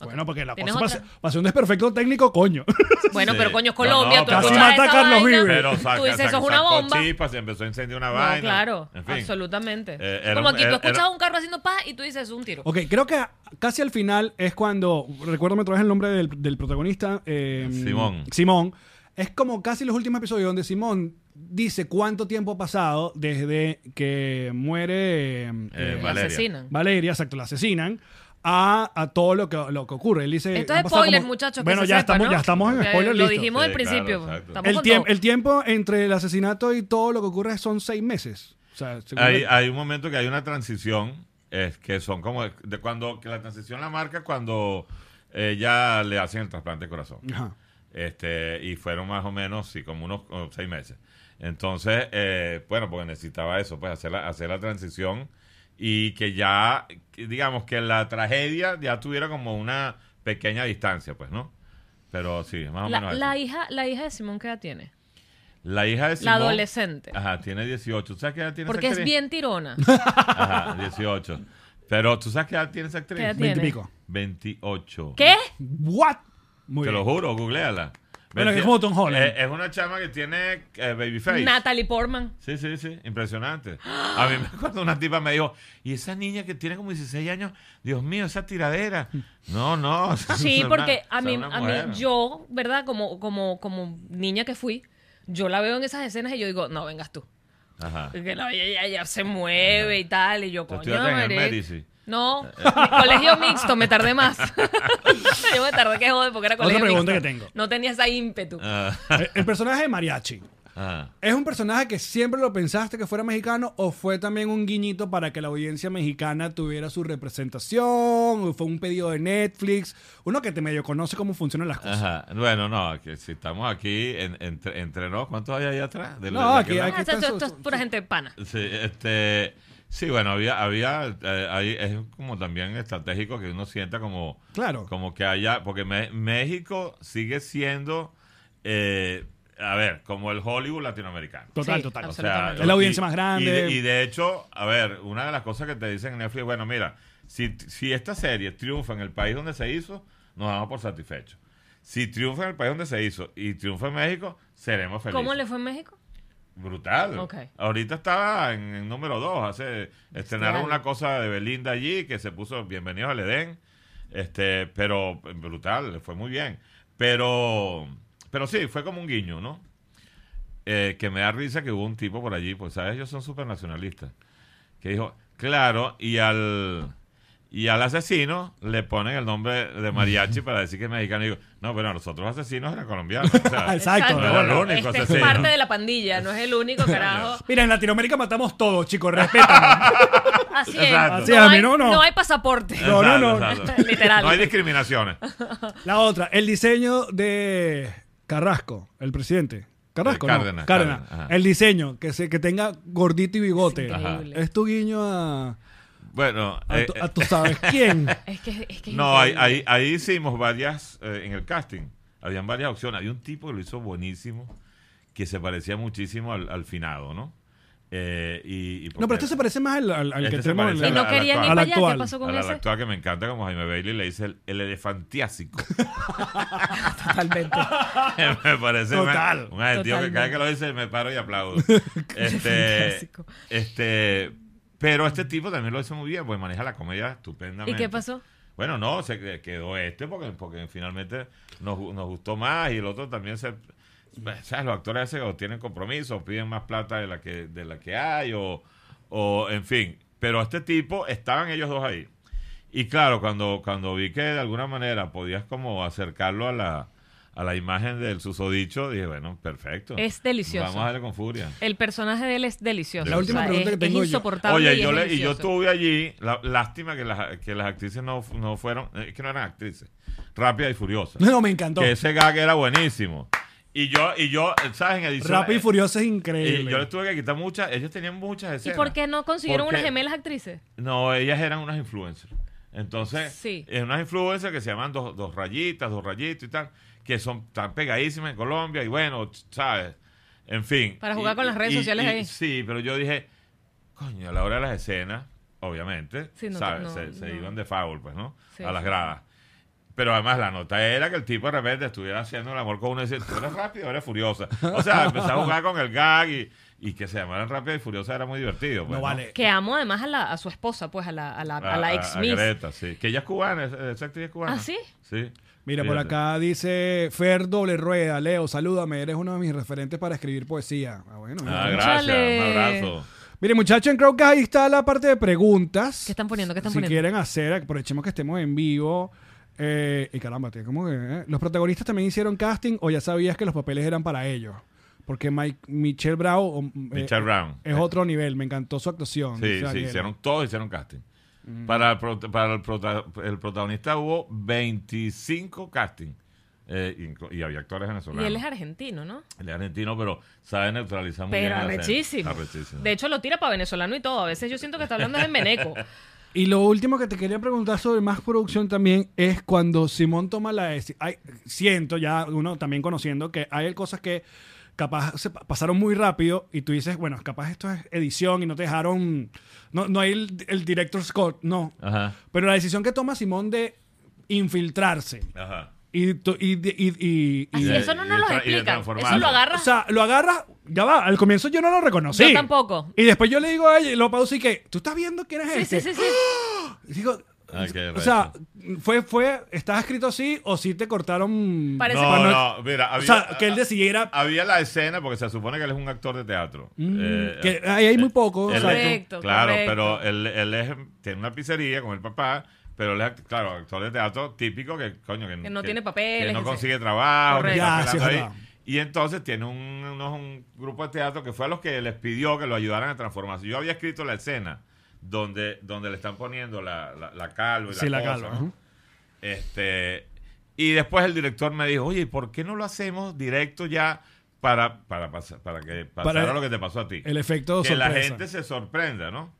[SPEAKER 3] Bueno, porque la
[SPEAKER 2] ¿Tienes
[SPEAKER 3] cosa pasa,
[SPEAKER 2] otra?
[SPEAKER 3] pasa un desperfecto técnico, coño.
[SPEAKER 2] Bueno,
[SPEAKER 4] Sí.
[SPEAKER 2] pero coño, es
[SPEAKER 4] No,
[SPEAKER 2] Colombia,
[SPEAKER 4] no,
[SPEAKER 2] tú
[SPEAKER 4] pero-
[SPEAKER 2] escuchas
[SPEAKER 3] Casi mata a
[SPEAKER 2] esa
[SPEAKER 3] Carlos
[SPEAKER 2] vaina,
[SPEAKER 3] Vives.
[SPEAKER 4] Pero saca,
[SPEAKER 2] tú dices, eso
[SPEAKER 4] saca-
[SPEAKER 2] es una
[SPEAKER 4] sacó
[SPEAKER 2] bomba.
[SPEAKER 4] chispas, se empezó a incendiar una
[SPEAKER 2] No,
[SPEAKER 4] vaina.
[SPEAKER 2] claro,
[SPEAKER 4] En fin.
[SPEAKER 2] absolutamente.
[SPEAKER 4] Eh, era
[SPEAKER 2] Como
[SPEAKER 4] un-
[SPEAKER 2] aquí tú
[SPEAKER 4] era-
[SPEAKER 2] escuchas
[SPEAKER 4] era-
[SPEAKER 2] a un carro haciendo pa y tú dices, es un tiro.
[SPEAKER 3] Ok, creo que a- casi al final es cuando, recuérdame otra vez el nombre del, del protagonista. eh,
[SPEAKER 4] Simón.
[SPEAKER 3] Simón. Es como casi los últimos episodios donde Simón dice cuánto tiempo ha pasado desde que muere eh,
[SPEAKER 4] Eh,
[SPEAKER 2] Me
[SPEAKER 3] Valeria.
[SPEAKER 2] asesinan.
[SPEAKER 4] Valeria.
[SPEAKER 3] exacto, la asesinan. A, a todo lo que, lo que ocurre. Él dice.
[SPEAKER 2] Esto
[SPEAKER 3] han
[SPEAKER 2] es
[SPEAKER 3] pasado
[SPEAKER 2] spoiler,
[SPEAKER 3] como-
[SPEAKER 2] muchachos. que
[SPEAKER 3] Bueno,
[SPEAKER 2] se
[SPEAKER 3] ya,
[SPEAKER 2] sepa,
[SPEAKER 3] estamos,
[SPEAKER 2] ¿no?
[SPEAKER 3] ya estamos en
[SPEAKER 2] Ya
[SPEAKER 3] spoiler
[SPEAKER 2] Lo
[SPEAKER 3] listo.
[SPEAKER 2] dijimos al
[SPEAKER 4] Sí,
[SPEAKER 2] principio.
[SPEAKER 4] claro, exacto.
[SPEAKER 2] estamos
[SPEAKER 3] El,
[SPEAKER 2] con
[SPEAKER 3] tiemp-
[SPEAKER 2] todo.
[SPEAKER 3] el tiempo entre el asesinato y todo lo que ocurre son seis meses. O sea, según-
[SPEAKER 4] Hay, hay un momento que hay una transición, es que son como de- de cuando que la transición la marca cuando eh, ya le hacen el trasplante de corazón.
[SPEAKER 3] Ajá.
[SPEAKER 4] Este, y fueron más o menos, sí, como unos oh, seis meses. Entonces, eh, bueno, porque necesitaba eso, pues hacer la, hacer la transición y que ya, que digamos, que la tragedia ya tuviera como una pequeña distancia, pues, ¿no? Pero sí, más o
[SPEAKER 2] La,
[SPEAKER 4] menos. eso.
[SPEAKER 2] la hija, la hija de Simón, ¿qué edad tiene?
[SPEAKER 4] La hija
[SPEAKER 2] La
[SPEAKER 4] de Simón-
[SPEAKER 2] adolescente.
[SPEAKER 4] Ajá, tiene 18. ¿Sabes qué edad tiene esa
[SPEAKER 2] Porque es
[SPEAKER 4] actriz?
[SPEAKER 2] bien tirona.
[SPEAKER 4] Ajá, 18. Pero tú sabes qué edad tiene esa actriz.
[SPEAKER 2] ¿Qué edad tiene?
[SPEAKER 3] Veintipico.
[SPEAKER 4] 28.
[SPEAKER 2] ¿Qué?
[SPEAKER 3] ¿What? Muy
[SPEAKER 4] Te
[SPEAKER 3] bien.
[SPEAKER 4] lo juro, googleala.
[SPEAKER 3] Bueno, que es como Tom Holland.
[SPEAKER 4] Eh, Es, una chama que tiene eh, babyface.
[SPEAKER 2] Natalie Portman.
[SPEAKER 4] Sí, sí, sí, impresionante. A mí me acuerdo una tipa me dijo, y esa niña que tiene como 16 años, Dios mío, esa tiradera. No, no.
[SPEAKER 2] Sí,
[SPEAKER 4] es una-
[SPEAKER 2] porque a
[SPEAKER 4] es
[SPEAKER 2] mí,
[SPEAKER 4] una
[SPEAKER 2] a
[SPEAKER 4] mujer.
[SPEAKER 2] mí, yo, ¿verdad? Como, como, como niña que fui, yo la veo en esas escenas y yo digo, no, vengas tú.
[SPEAKER 4] Ajá.
[SPEAKER 2] Que la ella, ella- ella se mueve y tal, y yo,
[SPEAKER 4] Tú
[SPEAKER 2] coño,
[SPEAKER 4] estudiaste en el
[SPEAKER 2] marico".
[SPEAKER 4] Medici.
[SPEAKER 2] No, mi colegio mixto, me tardé más. yo me tardé que jode porque era
[SPEAKER 3] Otra
[SPEAKER 2] colegio
[SPEAKER 3] pregunta
[SPEAKER 2] mixto.
[SPEAKER 3] que tengo.
[SPEAKER 2] No tenía ese ímpetu.
[SPEAKER 4] Ah,
[SPEAKER 3] El- El personaje de Mariachi.
[SPEAKER 4] ah.
[SPEAKER 3] ¿Es un personaje que siempre lo pensaste que fuera mexicano o fue también un guiñito para que la audiencia mexicana tuviera su representación? ¿O fue un pedido de Netflix? Uno que te medio conoce cómo funcionan las cosas.
[SPEAKER 4] Ajá. Bueno, no, que si estamos aquí en- entre, entre nos, ¿cuántos hay allá atrás? De-
[SPEAKER 3] No,
[SPEAKER 4] de- de-
[SPEAKER 3] aquí
[SPEAKER 4] que-
[SPEAKER 3] hay-
[SPEAKER 2] Ah,
[SPEAKER 3] está
[SPEAKER 2] esto,
[SPEAKER 3] su-
[SPEAKER 2] esto es
[SPEAKER 3] su-
[SPEAKER 2] pura gente pana.
[SPEAKER 4] Sí, este, sí, bueno, había, había eh, ahí es como también estratégico que uno sienta como,
[SPEAKER 3] Claro.
[SPEAKER 4] como que haya, porque Me- México sigue siendo, eh, a ver, como el Hollywood latinoamericano.
[SPEAKER 3] Total,
[SPEAKER 2] Sí,
[SPEAKER 3] total.
[SPEAKER 4] O sea,
[SPEAKER 2] Absolutamente.
[SPEAKER 3] Es la audiencia
[SPEAKER 4] y-
[SPEAKER 3] más grande.
[SPEAKER 4] Y de, y de hecho, a ver, una de las cosas que te dicen en Netflix, bueno, mira, si, si esta serie triunfa en el país donde se hizo, nos damos por satisfechos. Si triunfa en el país donde se hizo y triunfa en México, seremos felices.
[SPEAKER 2] ¿Cómo le fue en México?
[SPEAKER 4] Brutal.
[SPEAKER 2] Ok.
[SPEAKER 4] Ahorita estaba en, el número 2. Hace, estrenaron
[SPEAKER 2] Bestial.
[SPEAKER 4] una cosa de Belinda allí que se puso Bienvenidos al Edén. Este, pero brutal, le fue muy bien. Pero, pero sí, fue como un guiño, ¿no? Eh, que me da risa que hubo un tipo por allí, pues sabes, ellos son súper nacionalistas. Que dijo, claro, y al y al asesino le ponen el nombre de mariachi para decir que es mexicano. Y digo, no, pero nosotros asesinos eran colombianos. o sea,
[SPEAKER 3] Exacto.
[SPEAKER 4] No era el
[SPEAKER 3] Bueno,
[SPEAKER 4] único
[SPEAKER 2] este es
[SPEAKER 4] asesino.
[SPEAKER 2] parte de la pandilla, no es el único, carajo.
[SPEAKER 3] Mira, en Latinoamérica matamos todo, chicos, respétame.
[SPEAKER 2] Así es.
[SPEAKER 4] Exacto. Ah.
[SPEAKER 3] Así es, a mí
[SPEAKER 2] hay,
[SPEAKER 3] no, no.
[SPEAKER 2] hay pasaporte.
[SPEAKER 3] No, no, no.
[SPEAKER 4] Exacto, exacto.
[SPEAKER 2] Literal.
[SPEAKER 4] No hay discriminaciones.
[SPEAKER 3] la otra, el diseño de Carrasco, el presidente. Carrasco, ¿no?
[SPEAKER 4] Cárdenas,
[SPEAKER 3] Cárdenas.
[SPEAKER 4] Cárdenas, ajá.
[SPEAKER 3] El diseño, que, se, que tenga gordito y bigote.
[SPEAKER 2] Es increíble.
[SPEAKER 3] Es tu guiño a,
[SPEAKER 4] Bueno,
[SPEAKER 3] a
[SPEAKER 4] eh,
[SPEAKER 3] tu-
[SPEAKER 4] eh,
[SPEAKER 3] a tú sabes quién.
[SPEAKER 2] Es que, es que es
[SPEAKER 4] no, ahí,
[SPEAKER 2] increíble.
[SPEAKER 4] ahí, ahí hicimos varias eh, en el casting. Habían varias opciones. Había un tipo que lo hizo buenísimo, que se parecía muchísimo al, al finado, ¿no? Eh, y, y
[SPEAKER 3] No, pero
[SPEAKER 4] porque-
[SPEAKER 3] este se parece más al, al- al
[SPEAKER 4] Este
[SPEAKER 3] que
[SPEAKER 4] se
[SPEAKER 3] tenemos.
[SPEAKER 4] parece
[SPEAKER 3] en
[SPEAKER 2] Y
[SPEAKER 4] a
[SPEAKER 2] no
[SPEAKER 4] la-
[SPEAKER 2] querían
[SPEAKER 4] a
[SPEAKER 2] ir
[SPEAKER 4] la
[SPEAKER 2] para allá.
[SPEAKER 3] actual.
[SPEAKER 2] ¿Qué pasó
[SPEAKER 4] a
[SPEAKER 2] con
[SPEAKER 4] la
[SPEAKER 2] ese?
[SPEAKER 4] actual que me encanta, como Jaime Bailey, le dice el, el elefantiásico.
[SPEAKER 3] Totalmente.
[SPEAKER 4] me parece una-
[SPEAKER 3] Total.
[SPEAKER 4] un adjetivo que cada vez que lo dice me paro y aplaudo. este,
[SPEAKER 2] Elefantiásico.
[SPEAKER 4] este, pero este tipo también lo hizo muy bien, pues maneja la comedia
[SPEAKER 2] ¿Y
[SPEAKER 4] estupendamente.
[SPEAKER 2] qué pasó?
[SPEAKER 4] Bueno, no, se que- quedó este porque, porque finalmente nos, gu- nos gustó más y el otro también se... ¿Sabes? Los actores a veces o tienen compromiso, o piden más plata de la que, de la que hay, o, o en fin. Pero este tipo, estaban ellos dos ahí. Y claro, cuando, cuando vi que de alguna manera podías como acercarlo a la, a la imagen del susodicho, dije, bueno, perfecto.
[SPEAKER 2] Es delicioso.
[SPEAKER 4] Vamos a darle con furia.
[SPEAKER 2] El personaje de él es delicioso.
[SPEAKER 4] La última
[SPEAKER 2] O sea,
[SPEAKER 3] pregunta
[SPEAKER 2] es,
[SPEAKER 3] que tengo yo.
[SPEAKER 2] es insoportable.
[SPEAKER 4] Oye,
[SPEAKER 2] y
[SPEAKER 4] yo
[SPEAKER 2] es
[SPEAKER 4] le, y yo
[SPEAKER 2] delicioso.
[SPEAKER 4] estuve allí, la- lástima que las, que las actrices no, no fueron, eh, es que no eran actrices, rápida y furiosa.
[SPEAKER 3] No, me encantó.
[SPEAKER 4] Que ese gag era buenísimo. Y yo, y yo, eh, ¿sabes? En edición.
[SPEAKER 3] Rápido y
[SPEAKER 4] eh,
[SPEAKER 3] Furioso es
[SPEAKER 4] y
[SPEAKER 3] increíble.
[SPEAKER 4] yo les tuve que quitar muchas, ellos tenían muchas
[SPEAKER 2] ¿Y
[SPEAKER 4] escenas.
[SPEAKER 2] por qué no consiguieron
[SPEAKER 4] Porque-
[SPEAKER 2] unas gemelas actrices?
[SPEAKER 4] No, ellas eran unas influencers. Entonces,
[SPEAKER 2] Sí.
[SPEAKER 4] eh, unas influencers que se llaman dos, dos rayitas, dos rayitos y tal, que son tan pegadísimas en Colombia y bueno, ch- ¿sabes? En fin.
[SPEAKER 2] Para jugar
[SPEAKER 4] Y-
[SPEAKER 2] con las redes
[SPEAKER 4] y-
[SPEAKER 2] sociales
[SPEAKER 4] y-
[SPEAKER 2] ahí.
[SPEAKER 4] Sí, pero yo dije, coño, a la hora de las escenas, obviamente,
[SPEAKER 2] Sí, no te-
[SPEAKER 4] ¿sabes?
[SPEAKER 2] no,
[SPEAKER 4] se se
[SPEAKER 2] no.
[SPEAKER 4] iban de foul, pues, ¿no?
[SPEAKER 2] Sí,
[SPEAKER 4] a las
[SPEAKER 2] sí,
[SPEAKER 4] gradas. Pero además la nota era que el tipo de repente estuviera haciendo el amor con uno y decía, tú eres rápido, eres furiosa. O sea, empezaba a jugar con el gag y, y que se llamaran rápida y furiosa era muy divertido. pues,
[SPEAKER 3] no vale.
[SPEAKER 2] Que amo además a, la, a su esposa, pues a la, a la, a la ex Miss.
[SPEAKER 4] Greta, sí. Que ella es cubana, es- esa actriz es cubana.
[SPEAKER 2] ¿Ah, sí?
[SPEAKER 4] Sí.
[SPEAKER 3] Mira, por
[SPEAKER 4] Fíjate.
[SPEAKER 3] acá dice Fer Doble Rueda. Leo, salúdame. Eres uno de mis referentes para escribir poesía. Ah, bueno.
[SPEAKER 4] Ah,
[SPEAKER 3] mira.
[SPEAKER 4] gracias.
[SPEAKER 2] Chale.
[SPEAKER 4] Un abrazo.
[SPEAKER 3] Mire, muchachos, en Crowcast ahí está la parte de preguntas.
[SPEAKER 2] ¿Qué están poniendo? ¿Qué están
[SPEAKER 3] si
[SPEAKER 2] poniendo?
[SPEAKER 3] quieren hacer, aprovechemos que estemos en vivo. Eh, y caramba, tío, ¿cómo que? eh? ¿Los protagonistas también hicieron casting o ya sabías que los papeles eran para ellos? Porque Mike, Michelle Brown, o, eh,
[SPEAKER 4] Michelle Brown.
[SPEAKER 3] es otro nivel. Me encantó su actuación.
[SPEAKER 4] Sí,
[SPEAKER 3] dice Mm.
[SPEAKER 4] sí,
[SPEAKER 3] Ariel.
[SPEAKER 4] hicieron, todos hicieron casting. Para, el, prota- para el, prota- el protagonista hubo 25 castings. Eh, inclu- y había actores venezolanos.
[SPEAKER 2] Y él es argentino, ¿no?
[SPEAKER 4] Él es argentino, pero sabe neutralizar muy
[SPEAKER 2] Pero
[SPEAKER 4] bien. el acento.
[SPEAKER 2] arrechísimo.
[SPEAKER 4] Arrechísimo.
[SPEAKER 2] De hecho, lo tira para venezolano y todo. A veces yo siento que está hablando de Meneco.
[SPEAKER 3] Y lo último que te quería preguntar sobre más producción también es cuando Simón toma la decisión. Siento ya, uno también conociendo que hay cosas que capaz se pa- pasaron muy rápido y tú dices, bueno, capaz esto es edición y no te dejaron, no, no hay el, el director Scott, no.
[SPEAKER 4] Ajá.
[SPEAKER 3] Pero la decisión que toma Simón de infiltrarse
[SPEAKER 4] Ajá.
[SPEAKER 3] y, to- y, de- y- y- y-
[SPEAKER 2] Así,
[SPEAKER 4] de-
[SPEAKER 2] eso no
[SPEAKER 4] y
[SPEAKER 2] nos
[SPEAKER 4] de
[SPEAKER 2] lo
[SPEAKER 4] tra- y de
[SPEAKER 2] explican. Eso
[SPEAKER 4] transformarlo.
[SPEAKER 2] lo
[SPEAKER 3] o
[SPEAKER 2] agarras.
[SPEAKER 3] sea, lo agarras, ya va, al comienzo yo no lo reconocí.
[SPEAKER 2] Yo tampoco.
[SPEAKER 3] Y después yo le digo a ella, lo pausa y que, ¿tú estás viendo quién es
[SPEAKER 2] Sí,
[SPEAKER 3] este?
[SPEAKER 2] sí, sí, sí.
[SPEAKER 3] Y Digo,
[SPEAKER 4] Ah, qué
[SPEAKER 3] o
[SPEAKER 4] recho.
[SPEAKER 3] sea, fue, fue, ¿estás escrito así o sí te cortaron?
[SPEAKER 2] Parece
[SPEAKER 4] No,
[SPEAKER 3] Cuando-
[SPEAKER 4] no, mira,
[SPEAKER 3] O
[SPEAKER 4] había, Ah,
[SPEAKER 3] sea, que él decidiera.
[SPEAKER 4] había la escena, porque se supone que él es un actor de teatro. Eh,
[SPEAKER 3] Mm, que ahí hay muy poco.
[SPEAKER 4] él es-
[SPEAKER 3] exacto.
[SPEAKER 2] Correcto,
[SPEAKER 4] claro,
[SPEAKER 2] correcto.
[SPEAKER 4] pero él, él es, tiene una pizzería con el papá, pero él es, act- claro, actor de teatro típico que, coño, que,
[SPEAKER 2] Que no tiene papeles,
[SPEAKER 4] Que no
[SPEAKER 2] que se-
[SPEAKER 4] consigue trabajo. que
[SPEAKER 2] Correcto.
[SPEAKER 4] está
[SPEAKER 3] Ya, sí, es
[SPEAKER 4] esperando
[SPEAKER 3] verdad.
[SPEAKER 4] ahí. Y entonces tiene un, unos- un grupo de teatro que fue a los que les pidió que lo ayudaran a transformarse. Yo había escrito la escena donde, donde le están poniendo la, la, la calva y
[SPEAKER 3] Sí, la
[SPEAKER 4] cosa,
[SPEAKER 3] calva.
[SPEAKER 4] ¿no?
[SPEAKER 3] ajá.
[SPEAKER 4] Este, y después el director me dijo, oye, ¿y ¿por qué no lo hacemos directo ya para, para, pas- para que pasara
[SPEAKER 3] Para
[SPEAKER 4] lo que te pasó a ti?
[SPEAKER 3] El efecto
[SPEAKER 4] que
[SPEAKER 3] sorpresa.
[SPEAKER 4] la gente se sorprenda, ¿no?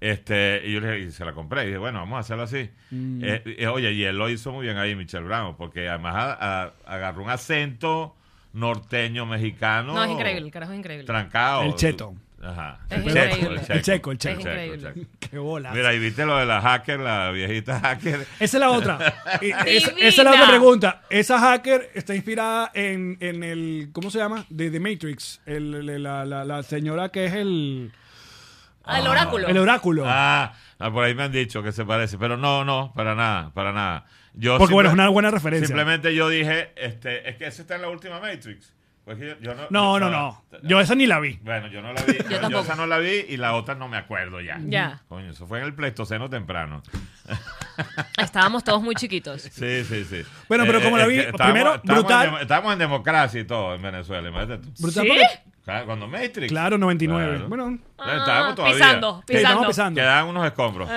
[SPEAKER 4] Este, y yo le dije, y se la compré, y dije, bueno, vamos a hacerlo así.
[SPEAKER 3] Mm.
[SPEAKER 4] Eh, eh, oye, y él lo hizo muy bien ahí, Michelle Brown, porque además a- a- agarró un acento norteño mexicano.
[SPEAKER 2] No, es increíble, el carajo es increíble.
[SPEAKER 4] Trancado.
[SPEAKER 3] El cheto.
[SPEAKER 4] Ajá.
[SPEAKER 2] Es increíble.
[SPEAKER 3] El checo, el checo.
[SPEAKER 2] Es increíble.
[SPEAKER 3] Qué bola.
[SPEAKER 4] Mira, y viste lo de la hacker, la viejita hacker.
[SPEAKER 3] Esa es la otra. Y-
[SPEAKER 2] Divina.
[SPEAKER 3] esa, esa es la otra pregunta. Esa hacker está inspirada en, en el. ¿Cómo se llama? De The Matrix. El- el- la, la- la señora que es el.
[SPEAKER 2] Ah, el oráculo.
[SPEAKER 3] El oráculo.
[SPEAKER 4] Ah, ah, por ahí me han dicho que se parece, pero no, no, para nada, para nada. Yo
[SPEAKER 3] Porque bueno, es
[SPEAKER 4] simple-
[SPEAKER 3] una buena referencia.
[SPEAKER 4] Simplemente yo dije, este, es que ese está en la última Matrix. Pues que yo, yo no,
[SPEAKER 3] No,
[SPEAKER 4] yo-
[SPEAKER 3] no, no. Yo esa ni la vi.
[SPEAKER 4] Bueno, yo no la vi. yo,
[SPEAKER 2] tampoco.
[SPEAKER 4] esa no la vi y la otra no me acuerdo ya.
[SPEAKER 2] Ya.
[SPEAKER 4] Coño, eso fue en el Pleistoceno temprano.
[SPEAKER 2] Estábamos todos muy chiquitos.
[SPEAKER 4] Sí, sí, sí. Eh,
[SPEAKER 3] Bueno, pero como la vi,
[SPEAKER 4] es que
[SPEAKER 3] primero, brutal.
[SPEAKER 4] En, demo- estábamos en democracia y todo en Venezuela, imagínate tú.
[SPEAKER 3] Brutal
[SPEAKER 2] ¿Sí?
[SPEAKER 3] porque-
[SPEAKER 4] Claro, Cuando Matrix.
[SPEAKER 3] Claro, 99.
[SPEAKER 4] Claro.
[SPEAKER 3] Bueno,
[SPEAKER 4] Claro, estábamos
[SPEAKER 2] Ah,
[SPEAKER 4] todavía.
[SPEAKER 2] pisando,
[SPEAKER 3] que estamos
[SPEAKER 2] pisando.
[SPEAKER 3] pisando.
[SPEAKER 4] Quedaban unos escombros.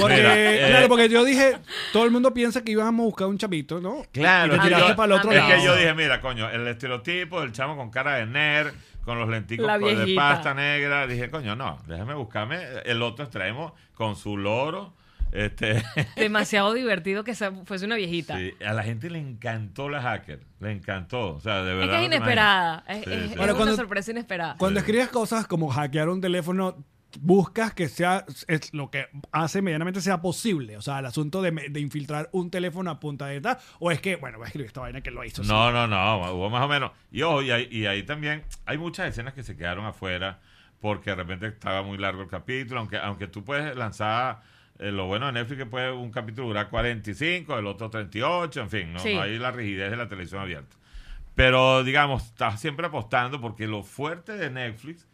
[SPEAKER 3] Porque,
[SPEAKER 4] Mira, eh,
[SPEAKER 3] claro, porque yo dije, todo el mundo piensa que íbamos a buscar un chapito, ¿no?
[SPEAKER 4] Claro,
[SPEAKER 3] Y te
[SPEAKER 4] es que
[SPEAKER 3] tiraste
[SPEAKER 4] yo-
[SPEAKER 3] para el otro
[SPEAKER 4] es
[SPEAKER 3] lado.
[SPEAKER 4] que yo dije, mira, coño, el estereotipo del chamo con cara de nerd, con los lenticos
[SPEAKER 2] La
[SPEAKER 4] co- de
[SPEAKER 2] viejita.
[SPEAKER 4] pasta negra. Dije, coño, no, déjame buscarme el otro extremo con su loro. Este,
[SPEAKER 2] Demasiado divertido que esa fuese una viejita.
[SPEAKER 4] sí, a la gente le encantó la hacker, le encantó. O sea, de
[SPEAKER 2] Es
[SPEAKER 4] verdad.
[SPEAKER 2] que es
[SPEAKER 4] no te
[SPEAKER 2] inesperada. Es, es-
[SPEAKER 4] Sí, sí.
[SPEAKER 2] es
[SPEAKER 4] Ahora,
[SPEAKER 2] una
[SPEAKER 3] cuando-
[SPEAKER 2] sorpresa inesperada.
[SPEAKER 3] Cuando escribes cosas como hackear un teléfono, buscas que sea es lo que hace medianamente sea posible. O sea, el asunto de, me- de infiltrar un teléfono a punta de tal. O es que, bueno, voy a escribir esta vaina que lo hizo.
[SPEAKER 4] No, no, no, hubo más o menos. Y ojo, y ahí, y ahí también hay muchas escenas que se quedaron afuera porque de repente estaba muy largo el capítulo, aunque, aunque tú puedes lanzar, eh, lo bueno de Netflix es que puede un capítulo durar 45, el otro 38, en fin, no,
[SPEAKER 2] Sí.
[SPEAKER 4] no hay la rigidez de la televisión abierta. Pero digamos, estás siempre apostando porque lo fuerte de Netflix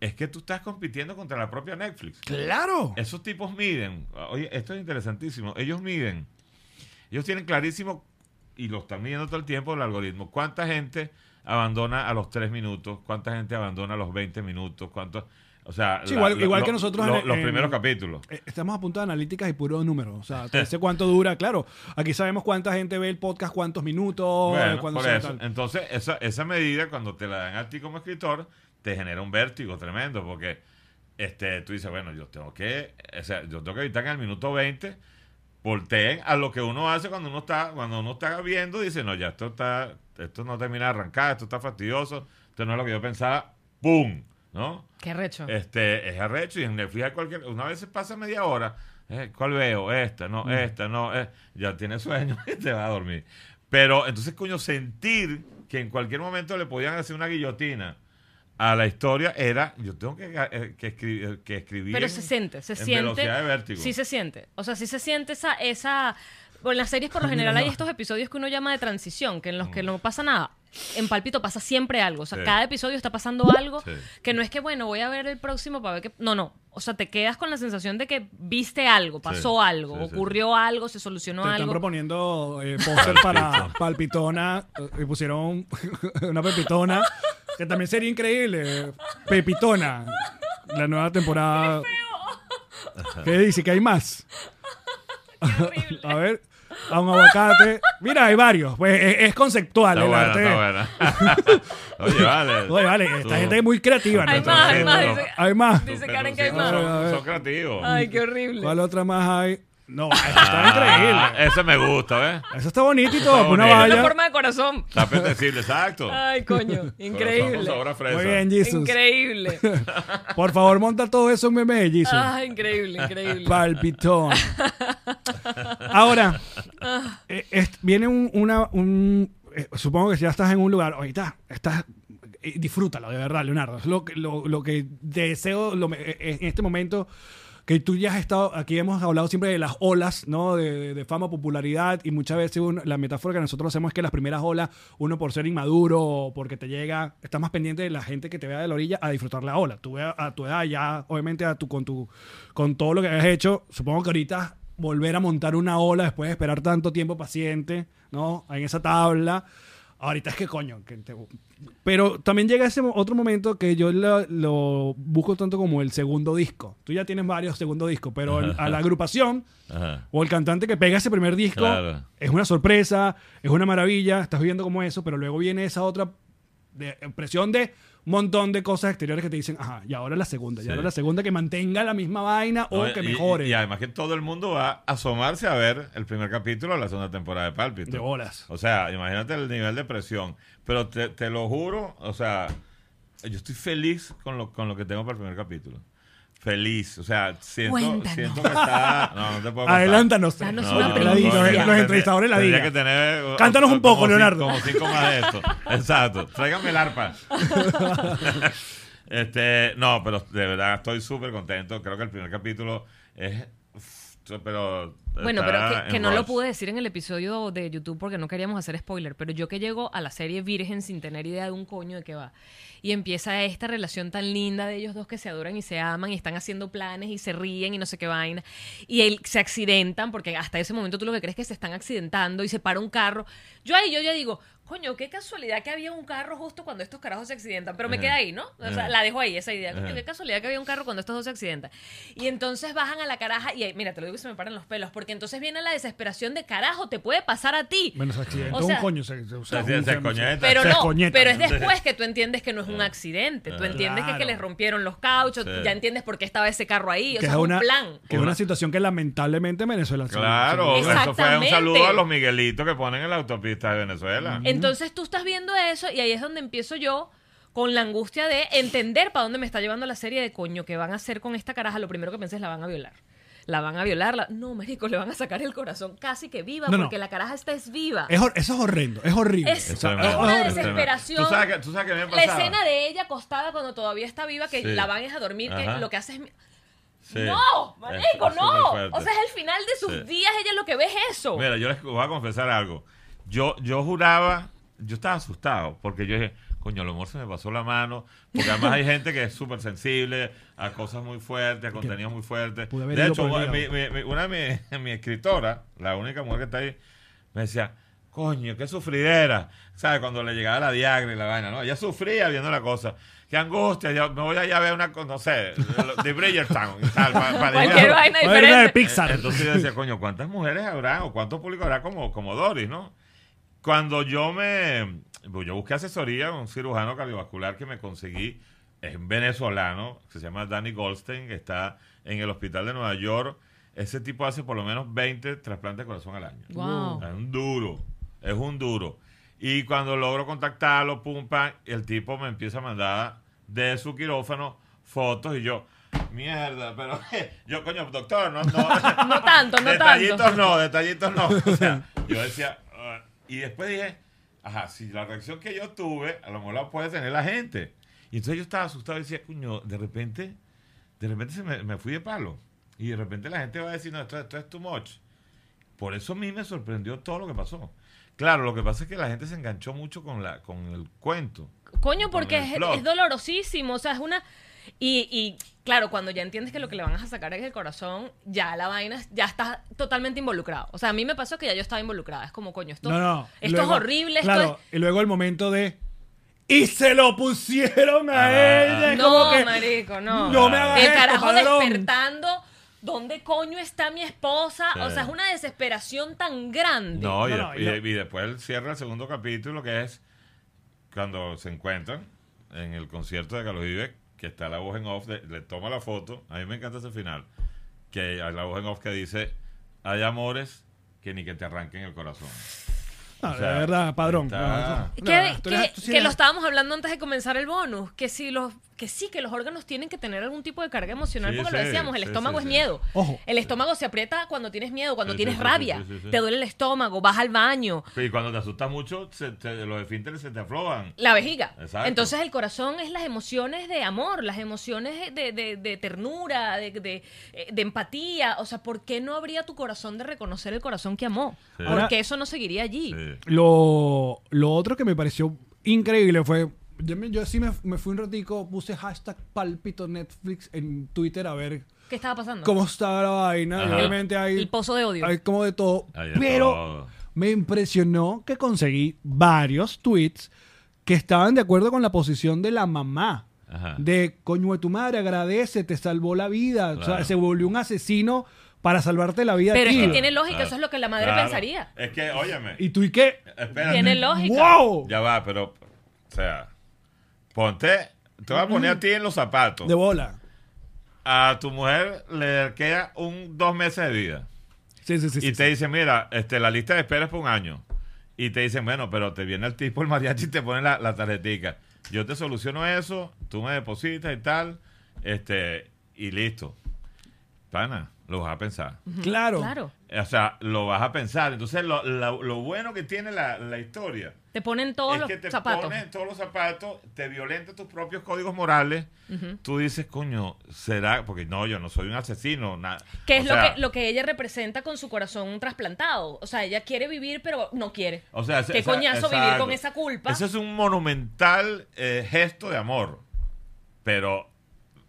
[SPEAKER 4] es que tú estás compitiendo contra la propia Netflix.
[SPEAKER 3] sí. ¡Claro!
[SPEAKER 4] Esos tipos miden, oye, esto es interesantísimo, ellos miden, ellos tienen clarísimo, y lo están midiendo todo el tiempo, el algoritmo, cuánta gente abandona a los 3 minutos, cuánta gente abandona a los 20 minutos, cuánto, o sea,
[SPEAKER 3] Sí, igual- igual que nosotros
[SPEAKER 4] lo-
[SPEAKER 3] en-
[SPEAKER 4] los
[SPEAKER 3] en-
[SPEAKER 4] primeros capítulos.
[SPEAKER 3] Eh, Estamos a punto de analíticas y puro número. O sea, te dice cuánto dura, claro. Aquí sabemos cuánta gente ve el podcast, cuántos minutos,
[SPEAKER 4] Bueno,
[SPEAKER 3] cuándo
[SPEAKER 4] por
[SPEAKER 3] se
[SPEAKER 4] eso.
[SPEAKER 3] tal.
[SPEAKER 4] Entonces, esa, esa medida, cuando te la dan a ti como escritor, te genera un vértigo tremendo, porque este, tú dices, bueno, yo tengo que, o sea, yo tengo que evitar que en el minuto 20 volteen a lo que uno hace cuando uno está, cuando uno está viendo, dice, no, ya esto está, esto no termina de arrancar, esto está fastidioso, esto no es lo que yo pensaba, ¡pum! ¿No?
[SPEAKER 2] Qué recho.
[SPEAKER 4] Este, es arrecho y en Netflix hay cualquier, una vez se pasa media hora, eh, ¿cuál veo? Esta,
[SPEAKER 2] Mm.
[SPEAKER 4] no, esta, no, eh, ya tiene sueño y te va a dormir. Pero entonces, coño, sentir que en cualquier momento le podían hacer una guillotina a la historia era, yo tengo que, eh, que, escribir, que escribir.
[SPEAKER 2] Pero
[SPEAKER 4] en-
[SPEAKER 2] se siente, se
[SPEAKER 4] en
[SPEAKER 2] siente.
[SPEAKER 4] velocidad de vértigo.
[SPEAKER 2] Sí se siente. O sea, sí se siente esa, esa. Bueno, en las series por lo general hay estos episodios que uno llama de transición, que en los que no pasa nada. En Palpito pasa siempre algo. O sea,
[SPEAKER 4] Mm. Sí.
[SPEAKER 2] cada episodio está pasando algo
[SPEAKER 4] Sí.
[SPEAKER 2] que no es que, bueno, voy a ver el próximo para ver que. No, no. O sea, te quedas con la sensación de que viste algo, pasó algo,
[SPEAKER 4] Sí, sí, sí.
[SPEAKER 2] ocurrió algo, se solucionó
[SPEAKER 3] Te están
[SPEAKER 2] algo.
[SPEAKER 3] proponiendo eh, póster para palpitona eh, y pusieron una pepitona que también sería increíble. eh, Pepitona, la nueva temporada. ¿Qué dice? Que hay más. A ver, a un aguacate. Mira, hay varios. Pues es, es conceptual
[SPEAKER 4] Está
[SPEAKER 3] el
[SPEAKER 4] buena,
[SPEAKER 3] arte.
[SPEAKER 4] está buena. Oye, vale.
[SPEAKER 3] Oye, vale, esta
[SPEAKER 4] Tú-
[SPEAKER 3] gente es muy creativa.
[SPEAKER 2] Hay
[SPEAKER 3] ¿no?
[SPEAKER 2] más, hay
[SPEAKER 4] Sí,
[SPEAKER 2] más.
[SPEAKER 4] no, no.
[SPEAKER 2] Dice,
[SPEAKER 3] Hay más.
[SPEAKER 2] dice
[SPEAKER 4] Pero
[SPEAKER 2] Karen que hay
[SPEAKER 4] sí,
[SPEAKER 2] más.
[SPEAKER 3] A ver, a
[SPEAKER 4] Son,
[SPEAKER 3] ver.
[SPEAKER 4] son creativos.
[SPEAKER 2] Ay, qué horrible.
[SPEAKER 3] ¿Cuál otra más hay? No, eso está increíble.
[SPEAKER 4] Ah, Ese me gusta, ¿ves?
[SPEAKER 3] Eso está bonito y
[SPEAKER 4] Está
[SPEAKER 3] todo. con Una
[SPEAKER 4] bonito.
[SPEAKER 2] Una
[SPEAKER 3] valla.
[SPEAKER 2] forma de corazón.
[SPEAKER 4] Está apetecible, exacto.
[SPEAKER 2] Ay, coño.
[SPEAKER 4] Somos
[SPEAKER 2] Increíble.
[SPEAKER 4] ahora fresa.
[SPEAKER 3] Muy bien, Jesus.
[SPEAKER 2] Increíble.
[SPEAKER 3] Por favor, monta todo eso en meme de Jesus.
[SPEAKER 2] Ah, increíble, increíble.
[SPEAKER 3] Palpitón. Ahora, eh, est- viene un, una, un- eh, supongo que si ya estás en un lugar, ahorita estás, eh, disfrútalo de verdad, Leonardo. Es lo que, lo, lo que deseo lo me- eh, eh, en este momento. Que tú ya has estado, aquí hemos hablado siempre de las olas, ¿no? De, de- de fama, popularidad, y muchas veces uno- la metáfora que nosotros hacemos es que las primeras olas, uno por ser inmaduro o porque te llega, estás más pendiente de la gente que te vea de la orilla a disfrutar la ola. Tú a, a tu edad ya, obviamente, a tu, con, tu, con todo lo que habías hecho, supongo que ahorita volver a montar una ola después de esperar tanto tiempo paciente, ¿no? En esa tabla. Ahorita es que coño. que te- Pero también llega ese mo- otro momento que yo lo, lo busco tanto como el segundo disco. Tú ya tienes varios segundos discos, pero el- a la agrupación
[SPEAKER 4] Ajá.
[SPEAKER 3] o el cantante que pega ese primer disco
[SPEAKER 4] Claro.
[SPEAKER 3] es una sorpresa, es una maravilla, estás viviendo como eso, pero luego viene esa otra de- eh, presión de un montón de cosas exteriores que te dicen, ajá, y ahora la segunda, y
[SPEAKER 4] Sí.
[SPEAKER 3] ahora la segunda que mantenga la misma vaina
[SPEAKER 4] No,
[SPEAKER 3] o Oh, que
[SPEAKER 4] y-
[SPEAKER 3] mejore.
[SPEAKER 4] Y, además que todo el mundo va a asomarse a ver el primer capítulo de la segunda temporada de Pálpito.
[SPEAKER 3] De bolas.
[SPEAKER 4] O sea, imagínate el nivel de presión. Pero te, te lo juro, o sea, yo estoy feliz con lo, con lo que tengo para el primer capítulo. Feliz. O sea, siento,
[SPEAKER 2] Cuéntanos.
[SPEAKER 4] siento que está. No, no te puedo contar.
[SPEAKER 3] Adelántanos.
[SPEAKER 2] Danos
[SPEAKER 4] No,
[SPEAKER 2] una
[SPEAKER 4] no,
[SPEAKER 3] Que
[SPEAKER 4] no,
[SPEAKER 3] la
[SPEAKER 2] primicia.
[SPEAKER 3] diga,
[SPEAKER 4] no,
[SPEAKER 3] los,
[SPEAKER 4] no,
[SPEAKER 3] los
[SPEAKER 4] tendría-
[SPEAKER 3] entrevistadores la
[SPEAKER 4] tendría
[SPEAKER 3] digan.
[SPEAKER 4] que tener, uh,
[SPEAKER 3] Cántanos un poco,
[SPEAKER 4] como cinco-
[SPEAKER 3] Leonardo.
[SPEAKER 4] Como cinco más de esto. Exacto. Tráigame el arpa. Este, no, pero de verdad estoy súper contento. Creo que el primer capítulo es. uf, Pero
[SPEAKER 2] Bueno,
[SPEAKER 4] estará
[SPEAKER 2] pero que, que
[SPEAKER 4] en
[SPEAKER 2] no lo
[SPEAKER 4] Rush.
[SPEAKER 2] pude decir en el episodio de YouTube porque no queríamos hacer spoiler, pero yo que llego a la serie Virgen sin tener idea de un coño de qué va. Y empieza esta relación tan linda de ellos dos que se adoran y se aman y están haciendo planes y se ríen y no sé qué vaina. Y él, se accidentan porque hasta ese momento tú lo que crees es que se están accidentando y se para un carro. Yo ahí yo ya digo, coño, qué casualidad que había un carro justo cuando estos carajos se accidentan, pero me
[SPEAKER 4] Ajá.
[SPEAKER 2] queda ahí, ¿no? O sea,
[SPEAKER 4] Ajá.
[SPEAKER 2] la dejo ahí, esa idea. Coño,
[SPEAKER 4] Ajá.
[SPEAKER 2] qué casualidad que había un carro cuando estos dos se accidentan. Y entonces bajan a la caraja y ahí, mira, te lo digo que se me paran los pelos, porque entonces viene la desesperación de carajo, te puede pasar a ti.
[SPEAKER 3] Menos accidente.
[SPEAKER 2] O sea,
[SPEAKER 3] un coño. Se, se- o sea,
[SPEAKER 4] Se- se-
[SPEAKER 3] un-
[SPEAKER 4] se coñeta.
[SPEAKER 2] pero
[SPEAKER 3] se
[SPEAKER 2] no,
[SPEAKER 3] descoñeta.
[SPEAKER 2] pero es después que tú entiendes que no es un accidente, tú
[SPEAKER 4] Claro.
[SPEAKER 2] entiendes que, es que les rompieron los cauchos,
[SPEAKER 4] Sí.
[SPEAKER 2] ya entiendes por qué estaba ese carro ahí, o
[SPEAKER 3] que
[SPEAKER 2] sea,
[SPEAKER 3] es
[SPEAKER 2] es un
[SPEAKER 3] una,
[SPEAKER 2] plan.
[SPEAKER 3] que es una
[SPEAKER 4] Una-
[SPEAKER 3] situación que lamentablemente Venezuela se-
[SPEAKER 4] Claro,
[SPEAKER 3] se-
[SPEAKER 4] eso fue un
[SPEAKER 2] Exactamente. Mm.
[SPEAKER 4] saludo a los Miguelitos que ponen en la autopista de Venezuela.
[SPEAKER 2] Entonces tú estás viendo eso y ahí es donde empiezo yo con la angustia de entender para dónde me está llevando la serie de coño que van a hacer con esta caraja. Lo primero que pensé es la van a violar. La van a violar. la- No, marico, le van a sacar el corazón casi que viva
[SPEAKER 3] No, no.
[SPEAKER 2] porque la caraja esta es viva.
[SPEAKER 3] es hor- eso es horrendo, es horrible.
[SPEAKER 2] Es-
[SPEAKER 3] O sea,
[SPEAKER 2] es
[SPEAKER 4] Eso
[SPEAKER 2] una
[SPEAKER 4] es horrible.
[SPEAKER 2] desesperación.
[SPEAKER 4] ¿Tú sabes que, tú sabes que me
[SPEAKER 2] la
[SPEAKER 4] pasaba?
[SPEAKER 2] escena de ella acostada cuando todavía está viva, que
[SPEAKER 4] Sí.
[SPEAKER 2] la van es a dormir, que
[SPEAKER 4] Ajá.
[SPEAKER 2] lo que hace es...
[SPEAKER 4] Sí.
[SPEAKER 2] No, marico,
[SPEAKER 4] Es- es
[SPEAKER 2] no.
[SPEAKER 4] superfuerte.
[SPEAKER 2] O sea, es el final de sus
[SPEAKER 4] Sí.
[SPEAKER 2] días, ella lo que ve es eso.
[SPEAKER 4] Mira, yo les voy a confesar algo. Yo, yo juraba, yo estaba asustado, porque yo dije, coño, a lo mejor se me pasó la mano, porque además hay gente que es súper sensible a cosas muy fuertes, a contenidos muy fuertes.
[SPEAKER 3] pude haber
[SPEAKER 4] De
[SPEAKER 3] ido
[SPEAKER 4] hecho,
[SPEAKER 3] por el
[SPEAKER 4] mi-
[SPEAKER 3] diablo.
[SPEAKER 4] mi- mi- una de mis mi escritora, la única mujer que está ahí, me decía, coño, qué sufridera. ¿Sabes? Cuando le llegaba la Viagra y la vaina, ¿no? Ella sufría viendo la cosa. Qué angustia, ya- me voy allá a ver una, co- no sé, lo- de Bridgerton, tal, para,
[SPEAKER 2] Cualquier vaina
[SPEAKER 3] Va a haber una de
[SPEAKER 2] diferente.
[SPEAKER 3] Pixar.
[SPEAKER 4] eh, Entonces yo decía, coño, ¿cuántas mujeres habrá o cuánto público habrá como, como Doris, no? Cuando yo me. pues yo busqué asesoría a un cirujano cardiovascular que me conseguí, es un venezolano, que se llama Danny Goldstein, que está en el hospital de Nueva York. Ese tipo hace por lo menos 20 trasplantes de corazón al año.
[SPEAKER 2] Wow.
[SPEAKER 4] Es un duro, es un duro. Y cuando logro contactarlo, pum, pam, el tipo me empieza a mandar de su quirófano fotos y yo, mierda, pero yo, coño, doctor, no, no,
[SPEAKER 2] No tanto, no
[SPEAKER 4] detallitos
[SPEAKER 2] tanto.
[SPEAKER 4] no, detallitos no. O sea, yo decía, "Ah", y después dije, ajá, si la reacción que yo tuve, a lo mejor la puede tener la gente. Y entonces yo estaba asustado y decía, coño, de repente, de repente se me, me fui de palo. Y de repente la gente va a decir, no, esto, esto es too much. Por eso a mí me sorprendió todo lo que pasó. Claro, lo que pasa es que la gente se enganchó mucho con, la, con el cuento.
[SPEAKER 2] Coño,
[SPEAKER 4] Con
[SPEAKER 2] porque
[SPEAKER 4] el
[SPEAKER 2] es,
[SPEAKER 4] plot.
[SPEAKER 2] es dolorosísimo. O sea, es una. Y, y, claro, cuando ya entiendes que lo que le van a sacar es el corazón, ya la vaina, ya estás totalmente involucrado. O sea, a mí me pasó que ya yo estaba involucrada. Es como, coño, esto,
[SPEAKER 3] No, no.
[SPEAKER 2] esto
[SPEAKER 3] Luego-
[SPEAKER 2] es horrible. esto
[SPEAKER 3] Claro, y luego el momento de. Y se lo pusieron a
[SPEAKER 4] Ah.
[SPEAKER 3] ella.
[SPEAKER 2] es-
[SPEAKER 3] es
[SPEAKER 2] No,
[SPEAKER 3] como que,
[SPEAKER 2] marico, no.
[SPEAKER 3] No me hagas
[SPEAKER 2] El
[SPEAKER 3] esto,
[SPEAKER 2] carajo
[SPEAKER 3] padrón.
[SPEAKER 2] despertando. ¿Dónde coño está mi esposa? O
[SPEAKER 4] Sí.
[SPEAKER 2] sea, es una desesperación tan grande.
[SPEAKER 4] No, y,
[SPEAKER 3] No, no,
[SPEAKER 4] desp-
[SPEAKER 3] y no.
[SPEAKER 4] y- y después cierra el segundo capítulo que es cuando se encuentran en el concierto de Carlos Vive, que está la voz en off, de- le toma la foto, a mí me encanta ese final, que hay la voz en off que dice, hay amores que ni que te arranquen el corazón.
[SPEAKER 3] No,
[SPEAKER 4] O sea,
[SPEAKER 3] de verdad, padrón.
[SPEAKER 4] está-
[SPEAKER 3] No,
[SPEAKER 2] Que,
[SPEAKER 3] tú
[SPEAKER 2] que-
[SPEAKER 3] eres- tú sí
[SPEAKER 2] que
[SPEAKER 3] eres-
[SPEAKER 2] lo estábamos hablando antes de comenzar el bonus, que si los que sí que los órganos tienen que tener algún tipo de carga emocional
[SPEAKER 4] Sí,
[SPEAKER 2] porque lo
[SPEAKER 4] sí,
[SPEAKER 2] decíamos, el
[SPEAKER 4] sí,
[SPEAKER 2] estómago es
[SPEAKER 4] sí, sí.
[SPEAKER 2] miedo.
[SPEAKER 3] Ojo.
[SPEAKER 2] El estómago se aprieta cuando tienes miedo, cuando
[SPEAKER 4] Sí, sí,
[SPEAKER 2] tienes
[SPEAKER 4] sí,
[SPEAKER 2] rabia,
[SPEAKER 4] sí, sí, sí.
[SPEAKER 2] te duele el estómago, vas al baño,
[SPEAKER 4] Y cuando te asustas mucho, se te- los esfínteres se te aflojan.
[SPEAKER 2] la vejiga.
[SPEAKER 4] Exacto.
[SPEAKER 2] Entonces el corazón es las emociones de amor, las emociones de, de- de ternura, de, de- eh, de empatía. O sea, ¿por qué no habría tu corazón de reconocer el corazón que amó?
[SPEAKER 4] Sí.
[SPEAKER 2] Porque
[SPEAKER 3] Ahora-
[SPEAKER 2] eso no seguiría allí.
[SPEAKER 4] Sí.
[SPEAKER 3] Lo, lo otro que me pareció increíble fue. Yo, me- yo sí me, me fui un ratico, puse hashtag palpito Netflix en Twitter a ver
[SPEAKER 2] ¿Qué estaba pasando?
[SPEAKER 3] cómo estaba la vaina.
[SPEAKER 4] Ajá.
[SPEAKER 3] Y obviamente hay.
[SPEAKER 2] El pozo de odio.
[SPEAKER 3] Hay como de todo.
[SPEAKER 4] Hay de
[SPEAKER 3] pero
[SPEAKER 4] todo.
[SPEAKER 3] me impresionó que conseguí varios tweets que estaban de acuerdo con la posición de la mamá.
[SPEAKER 4] Ajá.
[SPEAKER 3] De coño de tu madre, agradece, te salvó la vida. O sea,
[SPEAKER 4] Claro.
[SPEAKER 3] se volvió un asesino para salvarte la vida. a
[SPEAKER 2] Pero es
[SPEAKER 3] ti.
[SPEAKER 2] que tiene lógica,
[SPEAKER 4] Claro.
[SPEAKER 2] eso es lo que la madre
[SPEAKER 4] Ah, Claro.
[SPEAKER 2] pensaría.
[SPEAKER 4] Es que, óyeme,
[SPEAKER 3] ¿Y tú y qué?
[SPEAKER 4] espérate.
[SPEAKER 2] Tiene lógica.
[SPEAKER 3] ¡Wow!
[SPEAKER 4] Ya va, pero, o sea, ponte, te voy a poner a ti en los zapatos.
[SPEAKER 3] De bola.
[SPEAKER 4] A tu mujer le queda un dos meses de vida.
[SPEAKER 3] Sí, sí, sí. sí,
[SPEAKER 4] Y te dicen, mira, este, la lista de espera es por un año. Y te dicen, bueno, pero te viene el tipo, el mariachi, y te pone la, la tarjetica. Yo te soluciono eso, tú me depositas y tal, este, y listo. Pana, lo vas a pensar.
[SPEAKER 3] Claro.
[SPEAKER 2] Claro.
[SPEAKER 4] O sea, lo vas a pensar. Entonces, lo, la- lo bueno que tiene la, la historia
[SPEAKER 2] Te ponen todos
[SPEAKER 4] es que te
[SPEAKER 2] los zapatos.
[SPEAKER 4] ponen todos los zapatos, te violenta tus propios códigos morales. Tú dices, coño, será, porque no, yo no soy un asesino. na-
[SPEAKER 2] Que
[SPEAKER 4] o
[SPEAKER 2] es
[SPEAKER 4] sea,
[SPEAKER 2] lo, que, lo que ella representa con su corazón trasplantado. O sea, ella quiere vivir, pero no quiere.
[SPEAKER 4] O sea, ese-
[SPEAKER 2] Qué
[SPEAKER 4] esa-
[SPEAKER 2] coñazo vivir
[SPEAKER 4] exacto.
[SPEAKER 2] con esa culpa.
[SPEAKER 4] Ese es un monumental eh, gesto de amor. Pero,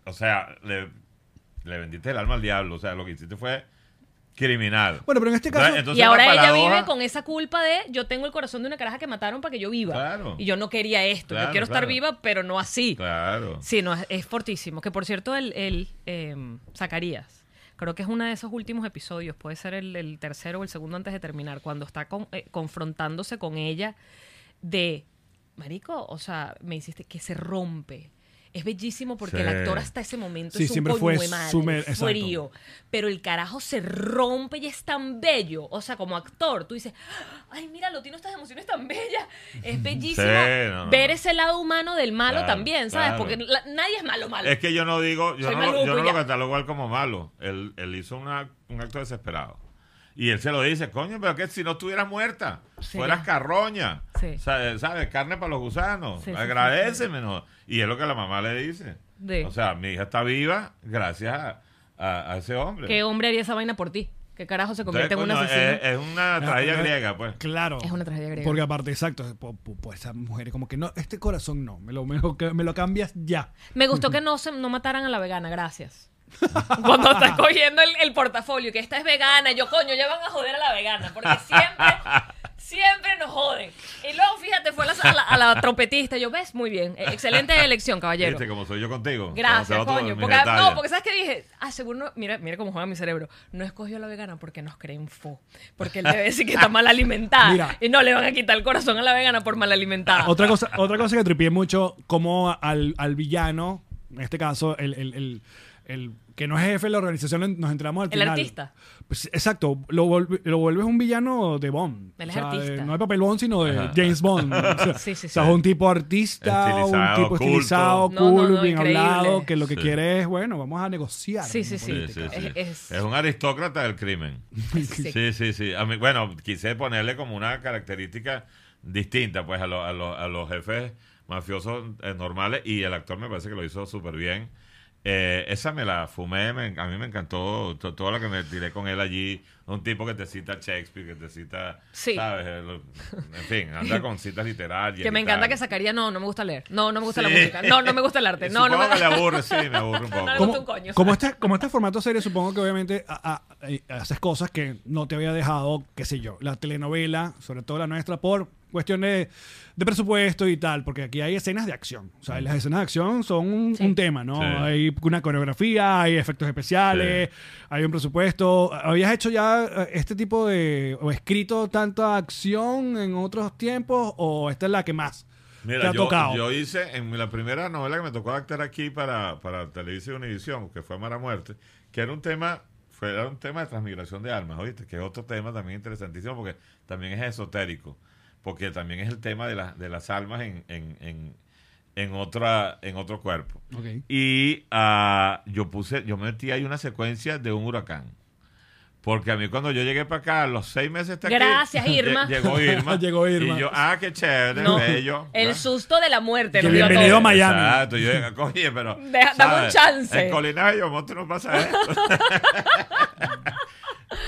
[SPEAKER 4] o sea, le, le vendiste el alma al diablo. O sea, lo que hiciste fue criminal.
[SPEAKER 3] Bueno, pero en este caso.
[SPEAKER 4] Ah, Entonces,
[SPEAKER 2] y ahora
[SPEAKER 4] la
[SPEAKER 2] ella
[SPEAKER 4] paradoja-
[SPEAKER 2] vive con esa culpa de yo tengo el corazón de una caraja que mataron para que yo viva.
[SPEAKER 4] Claro.
[SPEAKER 2] Y yo no quería esto. yo
[SPEAKER 4] Claro,
[SPEAKER 2] quiero estar
[SPEAKER 4] claro.
[SPEAKER 2] viva, pero no así.
[SPEAKER 4] Claro.
[SPEAKER 2] Sí, no, es, es fortísimo. Que por cierto, el, el, eh, Zacarías, creo que es uno de esos últimos episodios, puede ser el, el tercero o el segundo antes de terminar, cuando está con- eh, confrontándose con ella de, Marico, o sea, me hiciste que se rompe. Es bellísimo porque el
[SPEAKER 4] Sí.
[SPEAKER 2] actor hasta ese momento
[SPEAKER 3] Sí,
[SPEAKER 2] es un
[SPEAKER 3] siempre
[SPEAKER 2] coño
[SPEAKER 3] fue
[SPEAKER 2] de madre,
[SPEAKER 3] sumer- exacto.
[SPEAKER 2] frío, pero el carajo se rompe y es tan bello, o sea, como actor, tú dices, ay, mira, lo tiene estas emociones tan bellas, es bellísimo
[SPEAKER 4] no, no,
[SPEAKER 2] ver
[SPEAKER 4] no.
[SPEAKER 2] ese lado humano del malo
[SPEAKER 4] Claro,
[SPEAKER 2] también, ¿sabes?
[SPEAKER 4] claro.
[SPEAKER 2] Porque la- nadie es malo, malo.
[SPEAKER 4] Es que yo no digo, yo
[SPEAKER 2] Soy
[SPEAKER 4] no, lo-
[SPEAKER 2] maluco
[SPEAKER 4] yo no
[SPEAKER 2] y
[SPEAKER 4] lo
[SPEAKER 2] ya.
[SPEAKER 4] catalogo a él como malo. Él, él hizo una- un acto desesperado. Y él se lo dice, coño, pero que si no estuvieras muerta,
[SPEAKER 2] Sí.
[SPEAKER 4] fueras carroña,
[SPEAKER 2] Sí.
[SPEAKER 4] ¿sabes? ¿Sabes? Carne para los gusanos,
[SPEAKER 2] Sí, sí,
[SPEAKER 4] agradeceme. ¿no? Y es lo que la mamá le dice.
[SPEAKER 2] De-
[SPEAKER 4] O sea, mi hija está viva gracias a, a- a ese hombre.
[SPEAKER 2] ¿Qué hombre haría esa vaina por ti? ¿Qué carajo se
[SPEAKER 4] Entonces,
[SPEAKER 2] convierte en un
[SPEAKER 4] coño,
[SPEAKER 2] asesino?
[SPEAKER 4] es, es una tragedia griega, pues.
[SPEAKER 3] este Claro.
[SPEAKER 2] Es una tragedia griega.
[SPEAKER 3] Porque aparte, exacto, po- po- pues esas mujeres como que no, este corazón no, me lo, me lo, me lo cambias ya.
[SPEAKER 2] Me gustó que no, se, no mataran a la vegana, gracias. Cuando está cogiendo el, el portafolio, que esta es vegana, yo coño, ya van a joder a la vegana, porque siempre, siempre nos joden. Y luego, fíjate, fue a la, a la- a la trompetista, yo ves, muy bien, eh, excelente elección, caballero.
[SPEAKER 4] ¿Viste como soy yo contigo?
[SPEAKER 2] Gracias,
[SPEAKER 4] Conocemos todos
[SPEAKER 2] coño.
[SPEAKER 4] mis
[SPEAKER 2] Porque, no,
[SPEAKER 4] detalles.
[SPEAKER 2] porque sabes que dije, ah, seguro, no- mira, mira cómo juega mi cerebro. No escogió la vegana porque nos creen fo. Porque él debe decir que está mal alimentada.
[SPEAKER 3] Mira.
[SPEAKER 2] y no le van a quitar el corazón a la vegana por mal
[SPEAKER 4] Ah,
[SPEAKER 2] alimentada.
[SPEAKER 3] Otra cosa, otra cosa que tripié mucho, como al, al villano, en este caso, el, el- el- el que no es jefe de la organización, nos enteramos al
[SPEAKER 2] El
[SPEAKER 3] final.
[SPEAKER 2] artista.
[SPEAKER 3] Pues, exacto, lo, vuelve- lo vuelves un villano de Bond.
[SPEAKER 2] Él es
[SPEAKER 3] O sea, de-
[SPEAKER 2] artista.
[SPEAKER 3] no de papel Bond, sino de James Bond. O sea,
[SPEAKER 2] Sí, sí,
[SPEAKER 3] o sea,
[SPEAKER 2] sí.
[SPEAKER 3] es un tipo artista,
[SPEAKER 4] Estilizado,
[SPEAKER 3] un tipo
[SPEAKER 4] culto.
[SPEAKER 2] No,
[SPEAKER 3] estilizado,
[SPEAKER 2] no,
[SPEAKER 3] cool,
[SPEAKER 2] no,
[SPEAKER 3] bien
[SPEAKER 2] increíble.
[SPEAKER 3] hablado, que lo que
[SPEAKER 4] Sí.
[SPEAKER 3] quiere es, bueno, vamos a negociar.
[SPEAKER 2] Sí, sí,
[SPEAKER 3] ¿no?
[SPEAKER 2] sí.
[SPEAKER 4] Sí, sí, sí.
[SPEAKER 2] Es-
[SPEAKER 4] Es, un aristócrata del crimen.
[SPEAKER 2] Sí, sí.
[SPEAKER 4] Sí, sí, sí. A mí, bueno, quise ponerle como una característica distinta pues a, lo- a lo- a los jefes mafiosos eh, normales y el actor me parece que lo hizo súper bien. Eh, esa me la fumé, me- a mí me encantó to- todo lo que me tiré con él allí. Un tipo que te cita Shakespeare, que te cita,
[SPEAKER 2] Sí.
[SPEAKER 4] ¿sabes? Eh, lo- En fin, anda con citas literarias.
[SPEAKER 2] Que me
[SPEAKER 4] y
[SPEAKER 2] encanta
[SPEAKER 4] tal.
[SPEAKER 2] que sacaría, no, no me gusta leer. No, no me gusta la
[SPEAKER 4] Sí.
[SPEAKER 2] música. No, no me gusta el arte. No, no me
[SPEAKER 4] Supongo que le aburre, sí, me aburre un poco.
[SPEAKER 2] No, no,
[SPEAKER 3] como,
[SPEAKER 2] un coño.
[SPEAKER 3] como este, como este formato serie, supongo que obviamente a- a- eh, haces cosas que no te había dejado, qué sé yo, la telenovela, sobre todo la nuestra, por cuestiones de, de presupuesto y tal, porque aquí hay escenas de acción. O sea, las escenas de acción son un, un tema, ¿no?
[SPEAKER 4] Sí.
[SPEAKER 3] Hay una coreografía, hay efectos especiales, hay un presupuesto. ¿Habías hecho ya eh, este tipo de, o escrito tanta acción en otros tiempos, o esta es la que más te
[SPEAKER 4] Mira,
[SPEAKER 3] ha
[SPEAKER 4] yo,
[SPEAKER 3] tocado?
[SPEAKER 4] yo hice en la primera novela que me tocó adaptar aquí para, para Televisión y Univisión, que fue Mara Muerte, que era un tema fue un tema de transmigración de almas, ¿oíste? Que es otro tema también interesantísimo porque también es esotérico, porque también es el tema de, las de las almas en, en, en, en otra, en otro cuerpo.
[SPEAKER 3] Ok.
[SPEAKER 4] Y ah, yo puse, yo metí ahí una secuencia de un huracán. Porque a mí cuando yo llegué para acá, a los seis meses está aquí,
[SPEAKER 2] Gracias,
[SPEAKER 4] lle-
[SPEAKER 2] Irma.
[SPEAKER 4] Llegó Irma.
[SPEAKER 3] Llegó Irma.
[SPEAKER 4] Y yo, ah, qué chévere,
[SPEAKER 2] No,
[SPEAKER 4] bello.
[SPEAKER 2] el
[SPEAKER 4] ¿verdad?
[SPEAKER 2] susto de la muerte.
[SPEAKER 3] Que
[SPEAKER 2] nos dio a
[SPEAKER 3] bienvenido a
[SPEAKER 2] todos.
[SPEAKER 3] Ma- Miami.
[SPEAKER 4] Exacto, yo digo, "Oye, pero.
[SPEAKER 2] Deja- dame un
[SPEAKER 4] ¿sabes?
[SPEAKER 2] chance".
[SPEAKER 4] En Colinario, monstruo, no pasa esto.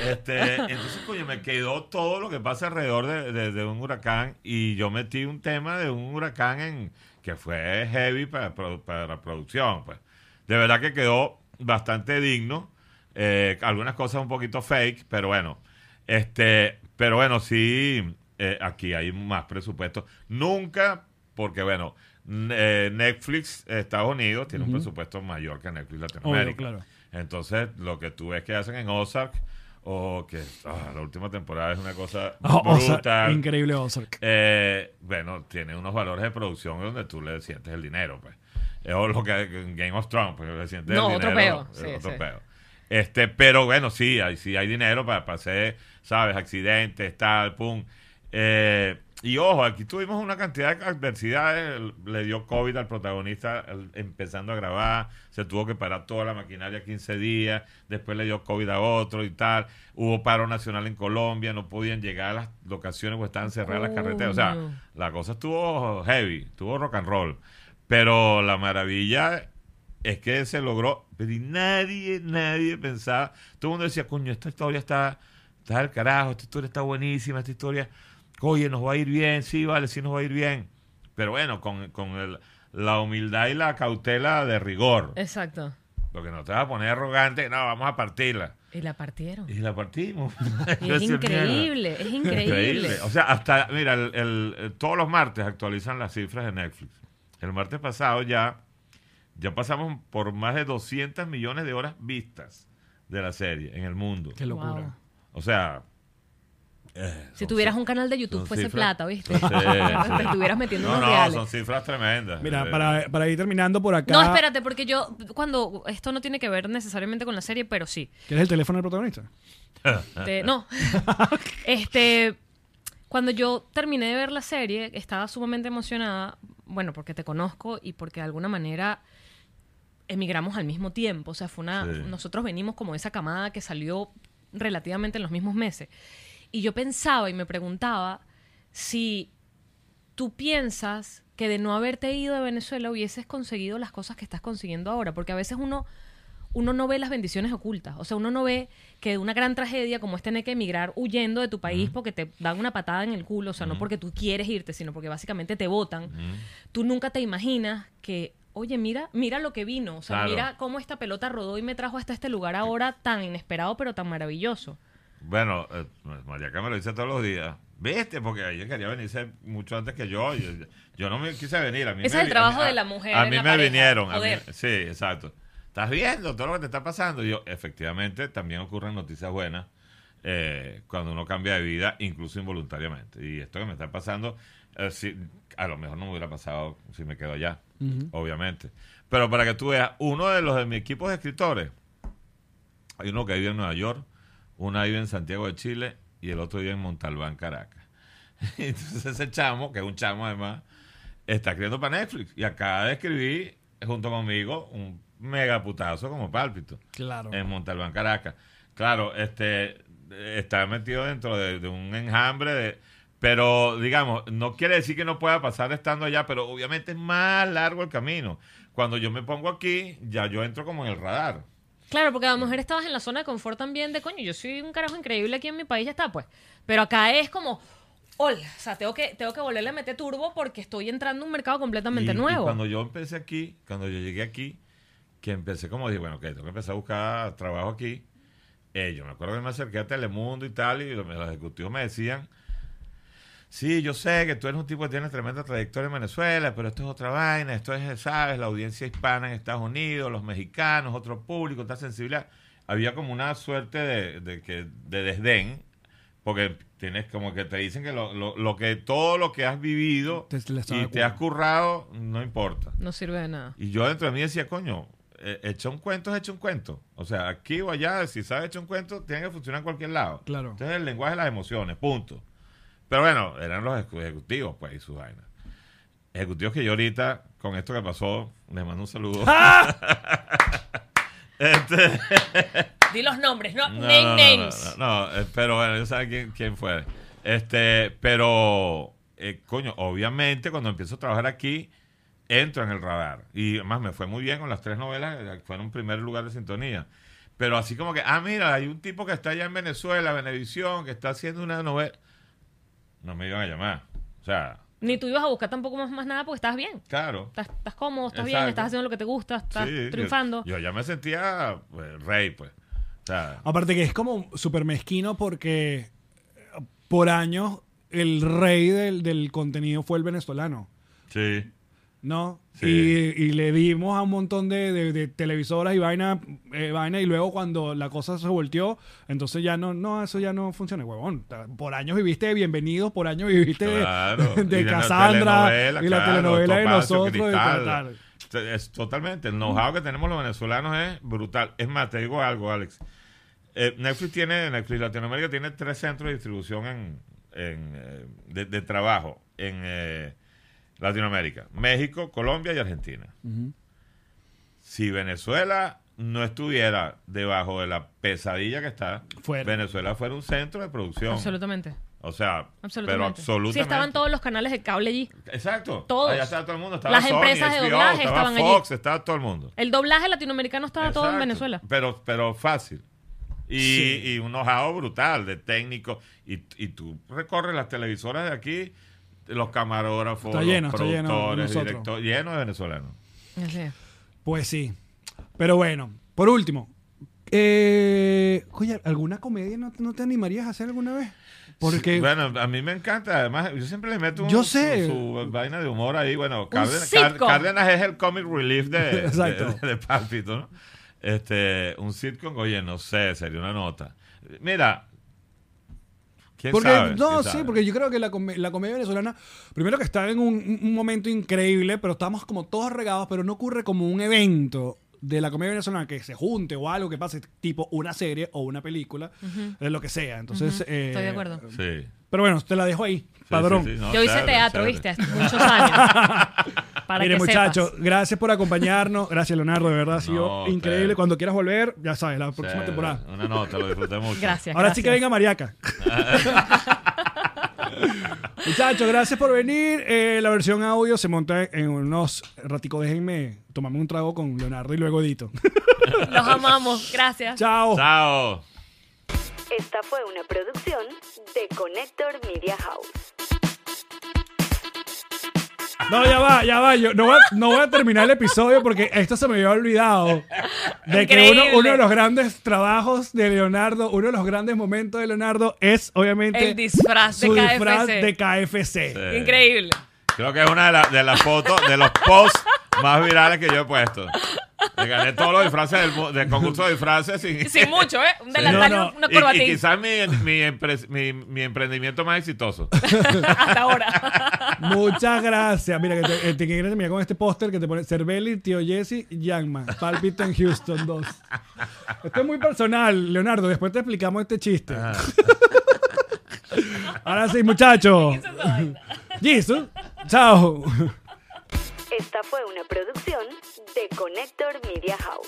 [SPEAKER 4] este, entonces, coño, me quedó todo lo que pasa alrededor de, de- de un huracán y yo metí un tema de un huracán en que fue heavy para, pro- para la producción. Pues. De verdad que quedó bastante digno. eh, algunas cosas un poquito fake, pero bueno. Este, pero bueno, sí, eh, aquí hay más presupuesto. Nunca, porque bueno, n- eh, Netflix, eh, Estados Unidos, tiene un presupuesto mayor que Netflix Latinoamérica.
[SPEAKER 3] Obvio, claro.
[SPEAKER 4] Entonces, lo que tú ves que hacen en Ozark, o que ah, la última temporada es una cosa
[SPEAKER 3] Oh, Ozark,
[SPEAKER 4] brutal.
[SPEAKER 3] increíble Ozark.
[SPEAKER 4] Eh, bueno, tiene unos valores de producción donde tú le sientes el dinero, pues. Eh, O lo que en Game of Thrones, pues le sientes
[SPEAKER 2] No,
[SPEAKER 4] el
[SPEAKER 2] otro
[SPEAKER 4] dinero.
[SPEAKER 2] peo,
[SPEAKER 4] eh,
[SPEAKER 2] sí,
[SPEAKER 4] otro
[SPEAKER 2] sí.
[SPEAKER 4] peo. Este, pero bueno, sí, hay, sí hay dinero para, para hacer, ¿sabes? Accidentes, tal, pum. Eh, y ojo, aquí tuvimos una cantidad de adversidades. El- Le dio COVID al protagonista el- empezando a grabar. Se tuvo que parar toda la maquinaria 15 días. Después le dio COVID a otro y tal. Hubo paro nacional en Colombia. No podían llegar a las locaciones porque estaban cerradas las carreteras. O sea,
[SPEAKER 2] Coño.
[SPEAKER 4] la cosa estuvo heavy. Estuvo rock and roll. Pero la maravilla es que se logró. Pero y nadie, nadie pensaba. Todo el mundo decía, coño, esta historia está, está del carajo, esta historia está buenísima, esta historia, oye, nos va a ir bien, sí, vale, sí nos va a ir bien. Pero bueno, con, con el- la humildad y la cautela de rigor.
[SPEAKER 2] Eh. Exacto.
[SPEAKER 4] Porque no te vas a poner arrogante, no, vamos a partirla.
[SPEAKER 2] Y la partieron.
[SPEAKER 4] Y la partimos.
[SPEAKER 2] Y es increíble, es increíble.
[SPEAKER 4] O sea, hasta, mira, el- el- eh, todos los martes actualizan las cifras de Netflix. El martes pasado ya, ya pasamos por más de 200 millones de horas vistas de la serie en el mundo.
[SPEAKER 3] Qué locura.
[SPEAKER 2] Wow.
[SPEAKER 4] O sea...
[SPEAKER 2] Si tuvieras un canal de YouTube
[SPEAKER 4] son
[SPEAKER 2] fuese
[SPEAKER 4] cifras-
[SPEAKER 2] plata, ¿viste?
[SPEAKER 4] Sí, sí.
[SPEAKER 2] Te estuvieras metiendo
[SPEAKER 4] No,
[SPEAKER 2] unos
[SPEAKER 4] no,
[SPEAKER 2] reales.
[SPEAKER 4] son cifras tremendas.
[SPEAKER 3] Mira,
[SPEAKER 4] Eh,
[SPEAKER 3] para, para ir terminando por acá.
[SPEAKER 2] No, espérate, porque yo cuando esto no tiene que ver necesariamente con la serie, pero sí.
[SPEAKER 3] ¿Quieres el teléfono del protagonista?
[SPEAKER 2] Este, no. este, cuando yo terminé de ver la serie, estaba sumamente emocionada, bueno, porque te conozco y porque de alguna manera emigramos al mismo tiempo, o sea, fue una
[SPEAKER 4] Sí.
[SPEAKER 2] nosotros venimos como esa camada que salió relativamente en los mismos meses. Y yo pensaba y me preguntaba si tú piensas que de no haberte ido de Venezuela hubieses conseguido las cosas que estás consiguiendo ahora, porque a veces uno uno no ve las bendiciones ocultas, o sea, uno no ve que de una gran tragedia como es tener que emigrar huyendo de tu país porque te dan una patada en el culo, o sea, no porque tú quieres irte, sino porque básicamente te votan.
[SPEAKER 4] mm.
[SPEAKER 2] Tú nunca te imaginas que Oye, mira, mira lo que vino, o sea,
[SPEAKER 4] Claro.
[SPEAKER 2] mira cómo esta pelota rodó y me trajo hasta este lugar ahora tan inesperado pero tan maravilloso.
[SPEAKER 4] Bueno, eh, María Carmen lo dice todos los días. ¿Viste? Porque ella quería venirse mucho antes que yo. Yo, yo no me quise venir. A mí
[SPEAKER 2] Ese es
[SPEAKER 4] me
[SPEAKER 2] el
[SPEAKER 4] vi-
[SPEAKER 2] trabajo
[SPEAKER 4] a mí-
[SPEAKER 2] de la mujer
[SPEAKER 4] A
[SPEAKER 2] en
[SPEAKER 4] mí
[SPEAKER 2] la
[SPEAKER 4] me
[SPEAKER 2] pareja,
[SPEAKER 4] vinieron. a mí-
[SPEAKER 2] joder.
[SPEAKER 4] sí, exacto. ¿Estás viendo todo lo que te está pasando? Y yo, efectivamente, también ocurren noticias buenas eh, cuando uno cambia de vida, incluso involuntariamente. Y esto que me está pasando, eh, sí, a lo mejor no me hubiera pasado si me quedo allá, obviamente. Pero para que tú veas, uno de los de mi equipo de escritores, hay uno que vive en Nueva York, uno vive en Santiago de Chile y el otro vive en Montalbán, Caracas. Entonces ese chamo, que es un chamo además, está escribiendo para Netflix y acaba de escribir junto conmigo un mega putazo como pálpito
[SPEAKER 3] Claro.
[SPEAKER 4] en Montalbán, Caracas. Claro, este está metido dentro de, de un enjambre de pero digamos, no quiere decir que no pueda pasar estando allá, pero obviamente es más largo el camino. Cuando yo me pongo aquí, ya yo entro como en el radar.
[SPEAKER 2] Claro, porque a lo mejor estabas en la zona de confort también de coño, yo soy un carajo increíble aquí en mi país, ya está, pues. Pero acá es como, hola, o sea, tengo que, tengo que volverle a meter turbo porque estoy entrando a un mercado completamente
[SPEAKER 4] Y- y
[SPEAKER 2] nuevo.
[SPEAKER 4] cuando yo empecé aquí, cuando yo llegué aquí, que empecé como dije, bueno, que tengo que empezar a buscar trabajo aquí. Eh, yo me acuerdo que me acerqué a Telemundo y tal, y los los ejecutivos me decían, sí, yo sé que tú eres un tipo que tiene tremenda trayectoria en Venezuela, pero esto es otra vaina, esto es, sabes, la audiencia hispana en Estados Unidos, los mexicanos, otro público, está sensibilidad. Había como una suerte de, de que, de desdén, porque tienes como que te dicen que lo, lo- lo que todo lo que has vivido
[SPEAKER 3] Te- te la estaba
[SPEAKER 4] y te has
[SPEAKER 3] curando.
[SPEAKER 4] currado, no importa.
[SPEAKER 2] No sirve de nada.
[SPEAKER 4] Y yo dentro de mí decía, coño, eh, hecho un cuento es hecho un cuento. O sea, aquí o allá, si sabes hecho un cuento, tiene que funcionar en cualquier lado.
[SPEAKER 3] Claro.
[SPEAKER 4] Entonces, el lenguaje de las emociones, punto. Pero bueno, eran los ejecu- ejecutivos, pues, y sus vainas. Ejecutivos que yo ahorita, con esto que pasó, les mando un saludo. Este-
[SPEAKER 2] Di los nombres, no,
[SPEAKER 4] no,
[SPEAKER 2] name
[SPEAKER 4] no, no,
[SPEAKER 2] names.
[SPEAKER 4] No, no, no, eh, pero bueno, yo sabía quién, quién fue. Este, pero, eh, coño, obviamente cuando empiezo a trabajar aquí, entro en el radar. Y además me fue muy bien con las tres novelas, eh, fueron primer lugar de sintonía. Pero así como que, ah, mira, hay un tipo que está allá en Venezuela, Venevisión, que está haciendo una novela. No me iban a llamar. O sea,
[SPEAKER 2] Ni tú ibas a buscar tampoco más, más nada porque estás bien.
[SPEAKER 4] claro.
[SPEAKER 2] Estás, estás cómodo, estás bien,
[SPEAKER 4] Exacto.
[SPEAKER 2] estás haciendo lo que te gusta, estás
[SPEAKER 4] Sí, yo-
[SPEAKER 2] triunfando.
[SPEAKER 4] Yo, ya me sentía pues, rey, pues. O sea,
[SPEAKER 3] Aparte que es como súper mezquino porque eh, por años el rey del, del contenido fue el venezolano,
[SPEAKER 4] sí.
[SPEAKER 3] ¿no?
[SPEAKER 4] Sí.
[SPEAKER 3] Y, y le dimos a un montón de, de- de televisoras y vaina, eh, vaina, y luego cuando la cosa se volteó, entonces ya no, no, eso ya no funciona, huevón. Ta- Por años viviste de Bienvenidos, por años viviste de-
[SPEAKER 4] Claro,
[SPEAKER 3] de,
[SPEAKER 4] y la
[SPEAKER 3] Cassandra,
[SPEAKER 4] telenovela,
[SPEAKER 3] y la
[SPEAKER 4] claro,
[SPEAKER 3] telenovela de
[SPEAKER 4] Topacio,
[SPEAKER 3] nosotros. y
[SPEAKER 4] Cristal.
[SPEAKER 3] tal.
[SPEAKER 4] Es totalmente. El know-how que tenemos los venezolanos es brutal. Es más, te digo algo, Alex. Eh, Netflix tiene, Netflix Latinoamérica tiene tres centros de distribución en, en, eh, de, de trabajo en eh, Latinoamérica: México, Colombia y Argentina. Si Venezuela no estuviera debajo de la pesadilla que está,
[SPEAKER 3] Fuera.
[SPEAKER 4] Venezuela fuera un centro de producción.
[SPEAKER 2] Absolutamente.
[SPEAKER 4] O sea, pero
[SPEAKER 2] Absolutamente.
[SPEAKER 4] absolutamente.
[SPEAKER 2] Sí, estaban todos los canales de cable allí.
[SPEAKER 4] Exacto.
[SPEAKER 2] Todos.
[SPEAKER 4] Allá estaba todo el mundo. Estaba
[SPEAKER 2] Las
[SPEAKER 4] Sony,
[SPEAKER 2] empresas de
[SPEAKER 4] HBO,
[SPEAKER 2] doblaje
[SPEAKER 4] estaba
[SPEAKER 2] estaban allí.
[SPEAKER 4] Fox, estaba todo el mundo.
[SPEAKER 2] El doblaje latinoamericano estaba todo en
[SPEAKER 4] Exacto.
[SPEAKER 2] Venezuela.
[SPEAKER 4] Pero, pero fácil. Y,
[SPEAKER 3] Sí.
[SPEAKER 4] y un know brutal de técnico. Y, y tú recorres las televisoras de aquí, los camarógrafos,
[SPEAKER 3] Está lleno,
[SPEAKER 4] los
[SPEAKER 3] está lleno de
[SPEAKER 4] productores,
[SPEAKER 3] nosotros.
[SPEAKER 4] directores, lleno de venezolanos.
[SPEAKER 2] Así es.
[SPEAKER 3] Pues sí. Pero bueno, por último. eh, oye, ¿alguna comedia no, no te animarías a hacer alguna vez? Porque
[SPEAKER 4] Sí, bueno, a mí me encanta. Además, yo siempre le meto un-
[SPEAKER 3] Yo sé.
[SPEAKER 4] su, su vaina de humor ahí. Bueno, Cárdenas,
[SPEAKER 2] sitcom.
[SPEAKER 4] Cár- Cárdenas es el comic relief de, de-
[SPEAKER 3] Exacto.
[SPEAKER 4] de, de Pálpito, ¿no? Este, un sitcom, oye, no sé, sería una nota. Mira, ¿quién
[SPEAKER 3] Porque,
[SPEAKER 4] sabe?
[SPEAKER 3] no,
[SPEAKER 4] ¿Quién
[SPEAKER 3] sí,
[SPEAKER 4] sabe?
[SPEAKER 3] porque yo creo que la, come- la comedia venezolana, primero que está en un, un momento increíble, pero estamos como todos regados, pero no ocurre como un evento de la comedia venezolana que se junte o algo que pase, tipo una serie o una película, eh, lo que sea. Entonces,
[SPEAKER 2] Ujú, estoy de
[SPEAKER 3] eh,
[SPEAKER 2] acuerdo.
[SPEAKER 4] Sí. sí,
[SPEAKER 3] Pero bueno, te la dejo ahí,
[SPEAKER 4] sí,
[SPEAKER 3] padrón.
[SPEAKER 4] sí, no,
[SPEAKER 2] Yo hice
[SPEAKER 4] chévere,
[SPEAKER 2] teatro,
[SPEAKER 4] chévere.
[SPEAKER 2] ¿viste? Hace Muchos años. Para
[SPEAKER 3] Mire,
[SPEAKER 2] que
[SPEAKER 3] muchachos,
[SPEAKER 2] sepas.
[SPEAKER 3] gracias por acompañarnos. Gracias, Leonardo, de verdad ha sido
[SPEAKER 4] No,
[SPEAKER 3] increíble.
[SPEAKER 4] ustedes.
[SPEAKER 3] Cuando quieras volver, ya sabes, la próxima
[SPEAKER 4] Chévere,
[SPEAKER 3] temporada.
[SPEAKER 4] Una nota, lo disfruté mucho.
[SPEAKER 2] Gracias.
[SPEAKER 3] Ahora sí que
[SPEAKER 2] gracias.
[SPEAKER 3] venga Mariaca. Muchachos, gracias por venir. Eh, la versión audio se monta en unos raticos. Déjenme tomarme un trago con Leonardo y luego edito.
[SPEAKER 2] Los amamos. Gracias.
[SPEAKER 3] Chao.
[SPEAKER 4] Chao.
[SPEAKER 1] Esta fue una producción de Connector Media House.
[SPEAKER 3] No, ya va, ya va. Yo no voy, a, no voy a terminar el episodio porque esto se me había olvidado. De que uno,
[SPEAKER 2] Increíble.
[SPEAKER 3] uno de los grandes trabajos de Leonardo, uno de los grandes momentos de Leonardo es obviamente
[SPEAKER 2] El disfraz de
[SPEAKER 3] su
[SPEAKER 2] KFC.
[SPEAKER 3] disfraz de KFC.
[SPEAKER 4] Sí.
[SPEAKER 2] Increíble.
[SPEAKER 4] Creo que es una de, la- de las fotos, de los posts más virales que yo he puesto. Me gané todos los disfraces del, mu- del concurso de disfraces sin,
[SPEAKER 2] Sin mucho, ¿eh? Un delantal
[SPEAKER 3] No, no.
[SPEAKER 2] y una
[SPEAKER 4] Y- Y,
[SPEAKER 2] corbatín.
[SPEAKER 4] quizás mi, mi empre- mi- mi emprendimiento más exitoso.
[SPEAKER 2] Hasta ahora.
[SPEAKER 3] Muchas gracias. Mira, que te, eh, te quieres terminar con este póster que te pone Cervelli, Tío Jesse, Youngman, Palpito en Houston 2. Esto es muy personal, Leonardo. Después te explicamos este chiste. Ahora sí, muchachos. Jesus. Chao.
[SPEAKER 1] Esta fue una producción de Connector Media House.